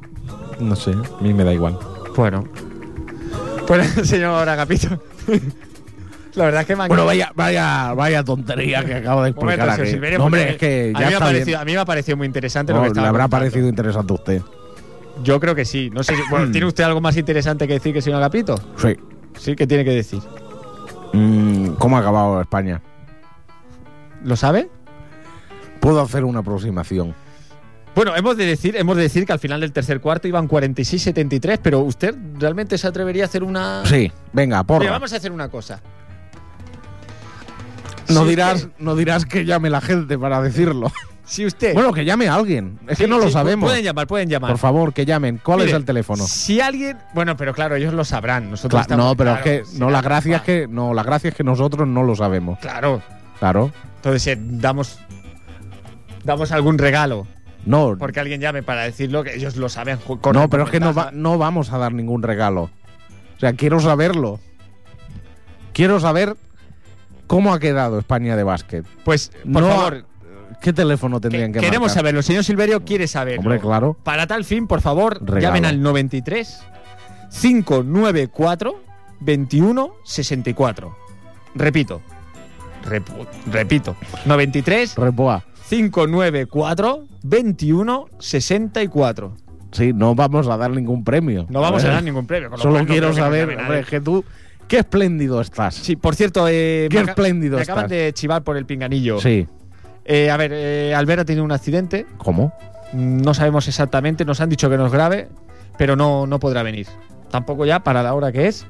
No sé, a mí me da igual.
Bueno. Pues, señor Agapito. la verdad es que me han-
Bueno, vaya, vaya, vaya tontería que acabo de
Un momento,
explicar
señor
aquí.
Silverio,
No, hombre,
porque
es
a mí
que ya
me ha
está
parecido-
bien.
A mí me ha parecido muy interesante lo
No,
que estaba
Oh, le habrá
contando.
parecido Hmm. interesante a usted.
Yo creo que sí. No sé, si- bueno, ¿tiene usted algo más interesante que decir que señor Agapito?
Sí.
Sí, ¿qué tiene que decir?
Mm, ¿Cómo ha acabado España?
¿Lo sabe?
Puedo hacer una aproximación.
Bueno, hemos de decir, hemos de decir que al final del tercer cuarto iban 46-73, pero usted realmente se atrevería a hacer una
Sí, venga,
Mira,
porra.
vamos a hacer una cosa.
No
Sí,
dirás,
sí.
no dirás que llame la gente para decirlo.
Si usted
Bueno, que llame a alguien. Es que
Sí,
no lo
sí,
sabemos.
Pueden llamar, pueden llamar.
Por favor, que llamen. ¿Cuál
Mire,
es el teléfono?
Si alguien, bueno, pero claro, ellos lo sabrán. Nosotros
Cla-
estamos-
no, pero
claro,
es que
si
no, la
alguien
gracia es
va-
que no, la gracia es que nosotros no lo sabemos.
Claro.
Claro.
Entonces eh, damos damos algún regalo
No,
porque alguien llame para decirlo que ellos lo saben. ju- corren
no,
con
pero es que no, va-
ventaja.
no vamos a dar ningún regalo. O sea, quiero saberlo. Quiero saber cómo ha quedado España de básquet.
Pues por
No,
favor,
¿Qué teléfono
que-
tendrían que,
queremos
marcar?
saberlo. Señor Silverio quiere saberlo.
Hombre, claro.
Para tal fin, por favor,
Regalo.
llamen al 93 594 21 64. Repito. Repu- repito. 93
Repoa.
594 21 64.
Sí, no vamos a dar ningún premio.
No vamos a
ver.
dar ningún premio. con lo
Solo
cual no
quiero
creo que nos
saber,
llame nadie.
hombre, que tú, qué espléndido estás.
Sí, por cierto, eh,
Qué
me aca-
espléndido
me acaban
estás.
de chivar por el pinganillo.
Sí.
Eh, a ver, eh, Albert ha tenido un accidente.
¿Cómo?
No sabemos exactamente, nos han dicho que no es grave, pero no, no podrá venir. Tampoco ya para la hora que es.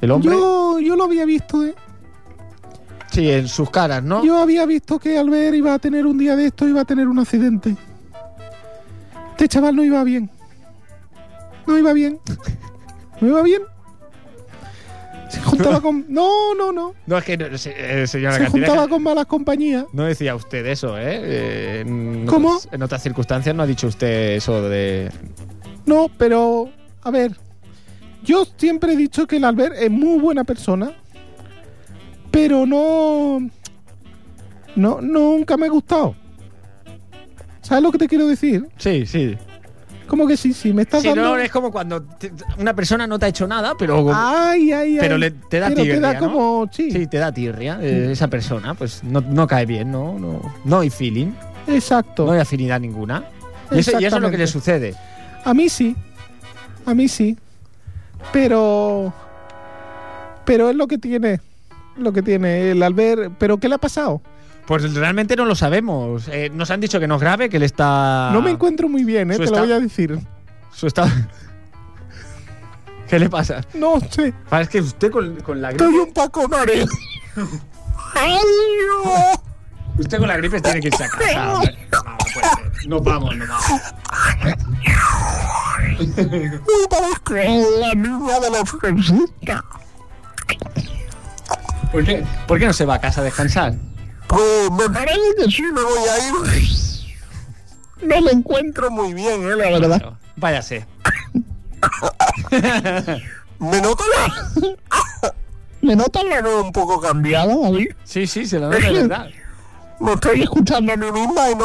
El hombre.
Yo, yo lo había visto, ¿eh?
Sí, en sus caras, ¿no?
Yo había visto que Albert iba a tener un día de esto, iba a tener un accidente. Este chaval no iba bien. No iba bien. No iba bien. Se juntaba con. No, no, no.
No es que, no- se- eh, señora
Se
Cantera,
juntaba con malas compañías.
No decía usted eso, ¿eh? Eh, en
¿Cómo?
otras- en otras circunstancias no ha dicho usted eso de.
No, pero. A ver. Yo siempre he dicho que el Albert es muy buena persona. Pero no. No, nunca me ha gustado. ¿Sabes lo que te quiero decir?
Sí, sí.
Como que sí, sí, me estás
Si
dando.
no, es como cuando te- una persona no te ha hecho nada, pero.
Ay, ay, ay.
pero le- te da
Pero
tirria,
te da
¿no?
como. Sí,
Sí, te da tirria.
Mm.
eh, esa persona, pues no, no cae bien, ¿no? No, no hay feeling,
exacto.
no hay afinidad ninguna. Y eso, y eso es lo que
Exactamente.
le sucede.
A mí sí. A mí sí. Pero. Pero es lo que tiene. Lo que tiene el Albert. ¿Pero qué le ha pasado?
Pues realmente no lo sabemos. Eh, nos han dicho que no es grave, que él está.
No me encuentro muy bien,
Ah.
¿eh?
Su
te lo
esta-
voy a decir.
Su estado. ¿Qué le pasa?
No sé.
Ah, Es que usted con, con la
Soy
gripe.
un Paco Nare.
Usted con la gripe tiene que irse a casa. hombre. No, no puede ser. Nos vamos, nos vamos. ¿Por qué, por qué no se va a casa a descansar?
Pues me parece que sí me voy a ir. No me encuentro muy bien, eh, la verdad.
Claro. Váyase.
Me nota la. me nota la voz un poco cambiada, David.
Sí, sí, se lo doy de verdad.
Me estoy escuchando a mí misma y no.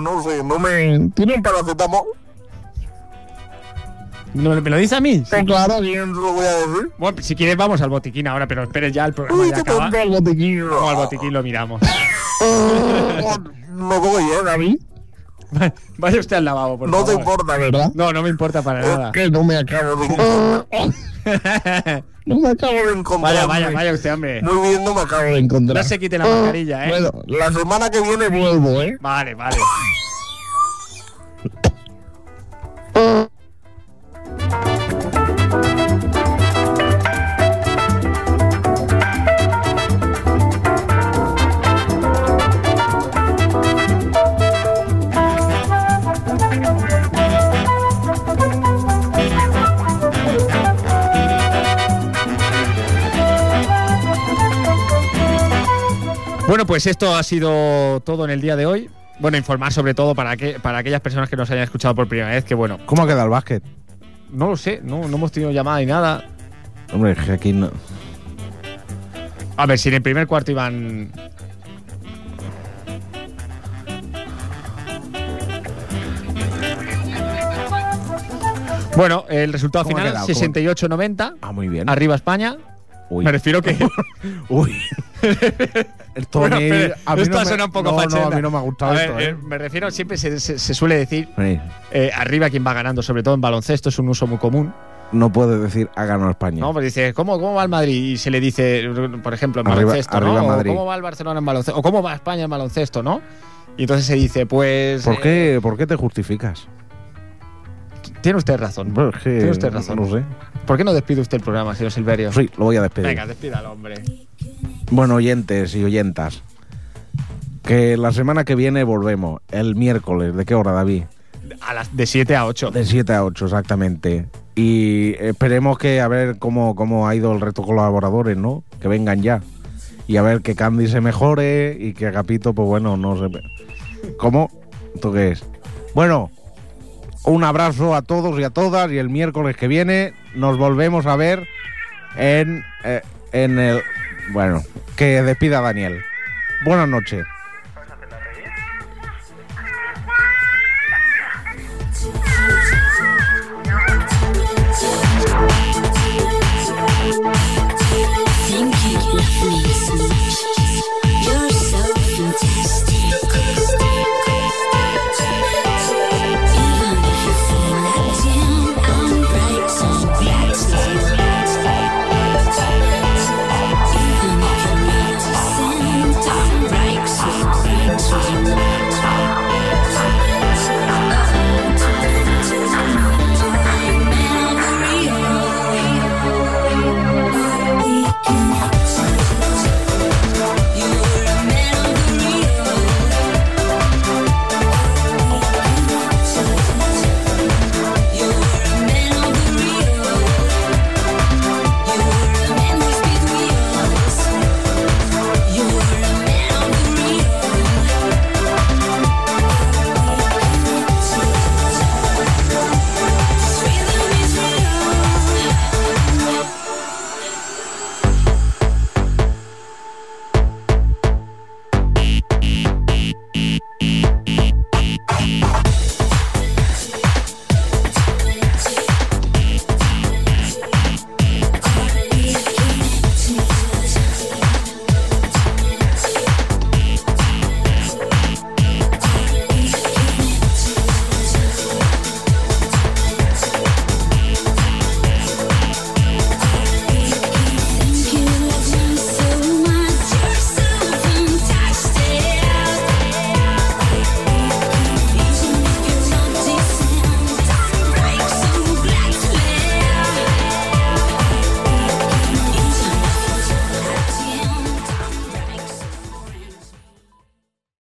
No sé, no me. ¿Tienen paracetamol?
¿No- ¿Me lo dice a mí?
Pues claro, yo no lo voy a decir.
Bueno, pues si quieres vamos al botiquín ahora, pero espere ya el programa
Uy,
ya
que
acaba.
ponga el botiquín.
Vamos al botiquín, lo miramos.
No voy yo, Gaby.
Vaya usted al lavabo, por
No te
favor.
importa, ¿verdad?
No, no me importa para nada.
Que no me acabo de No me acabo de encontrar.
Vaya, vaya,
hombre.
vaya usted, hombre.
Muy bien, no me acabo de encontrar.
No se quite la mascarilla, ¿eh?
Bueno, la semana que viene vuelvo, ¿eh?
Vale, vale. Bueno, pues esto ha sido todo en el día de hoy. Bueno, informar sobre todo para, que, para aquellas personas que nos hayan escuchado por primera vez, que bueno,
¿Cómo ha quedado el básquet?
no lo sé, no, no hemos tenido llamada ni nada.
Hombre, es que aquí no.
A ver, si en el primer cuarto iban. Bueno, el resultado
¿Cómo ha
final
quedado? ¿Cómo?
68-90.
Ah, muy bien.
Arriba España.
Uy.
Me refiero que.
Uy. El Tony.
Bueno, espere,
a mí
esto
no
ha
me-
sonado un poco
no, no,
fachenda.
a mí no me ha gustado
A ver,
esto, ¿eh?
eh, me refiero, siempre se, se- se suele decir
Sí.
eh, arriba quien va ganando, sobre todo en baloncesto, es un uso muy común.
No puedo decir ha ganado España.
No, pues dice, ¿cómo, ¿cómo va el Madrid? Y se le dice, por ejemplo, en
Arriba-
baloncesto,
arriba
¿no? O
Madrid.
¿Cómo va el Barcelona en baloncesto? O ¿cómo va España en baloncesto, no? Y entonces se dice, pues.
¿Por,
eh,
qué, ¿Por qué te justificas?
Tiene usted razón.
Bueno, es que
Tiene usted razón.
No sé.
¿Por qué no despide usted el programa, señor Silverio?
Sí, lo voy a despedir.
Venga, despida al hombre.
Bueno, oyentes y oyentas, que la semana que viene volvemos, el miércoles, ¿de qué hora, David?
A las de 7 a 8.
De 7 a 8, exactamente. Y esperemos que a ver cómo, cómo ha ido el resto de colaboradores, ¿no? Que vengan ya. Y a ver que Candy se mejore y que Agapito, pues bueno, no se... ¿Cómo? ¿Tú qué es? Bueno, un abrazo a todos y a todas y el miércoles que viene nos volvemos a ver en, eh, en el... Bueno, que despida Daniel. Buenas noches.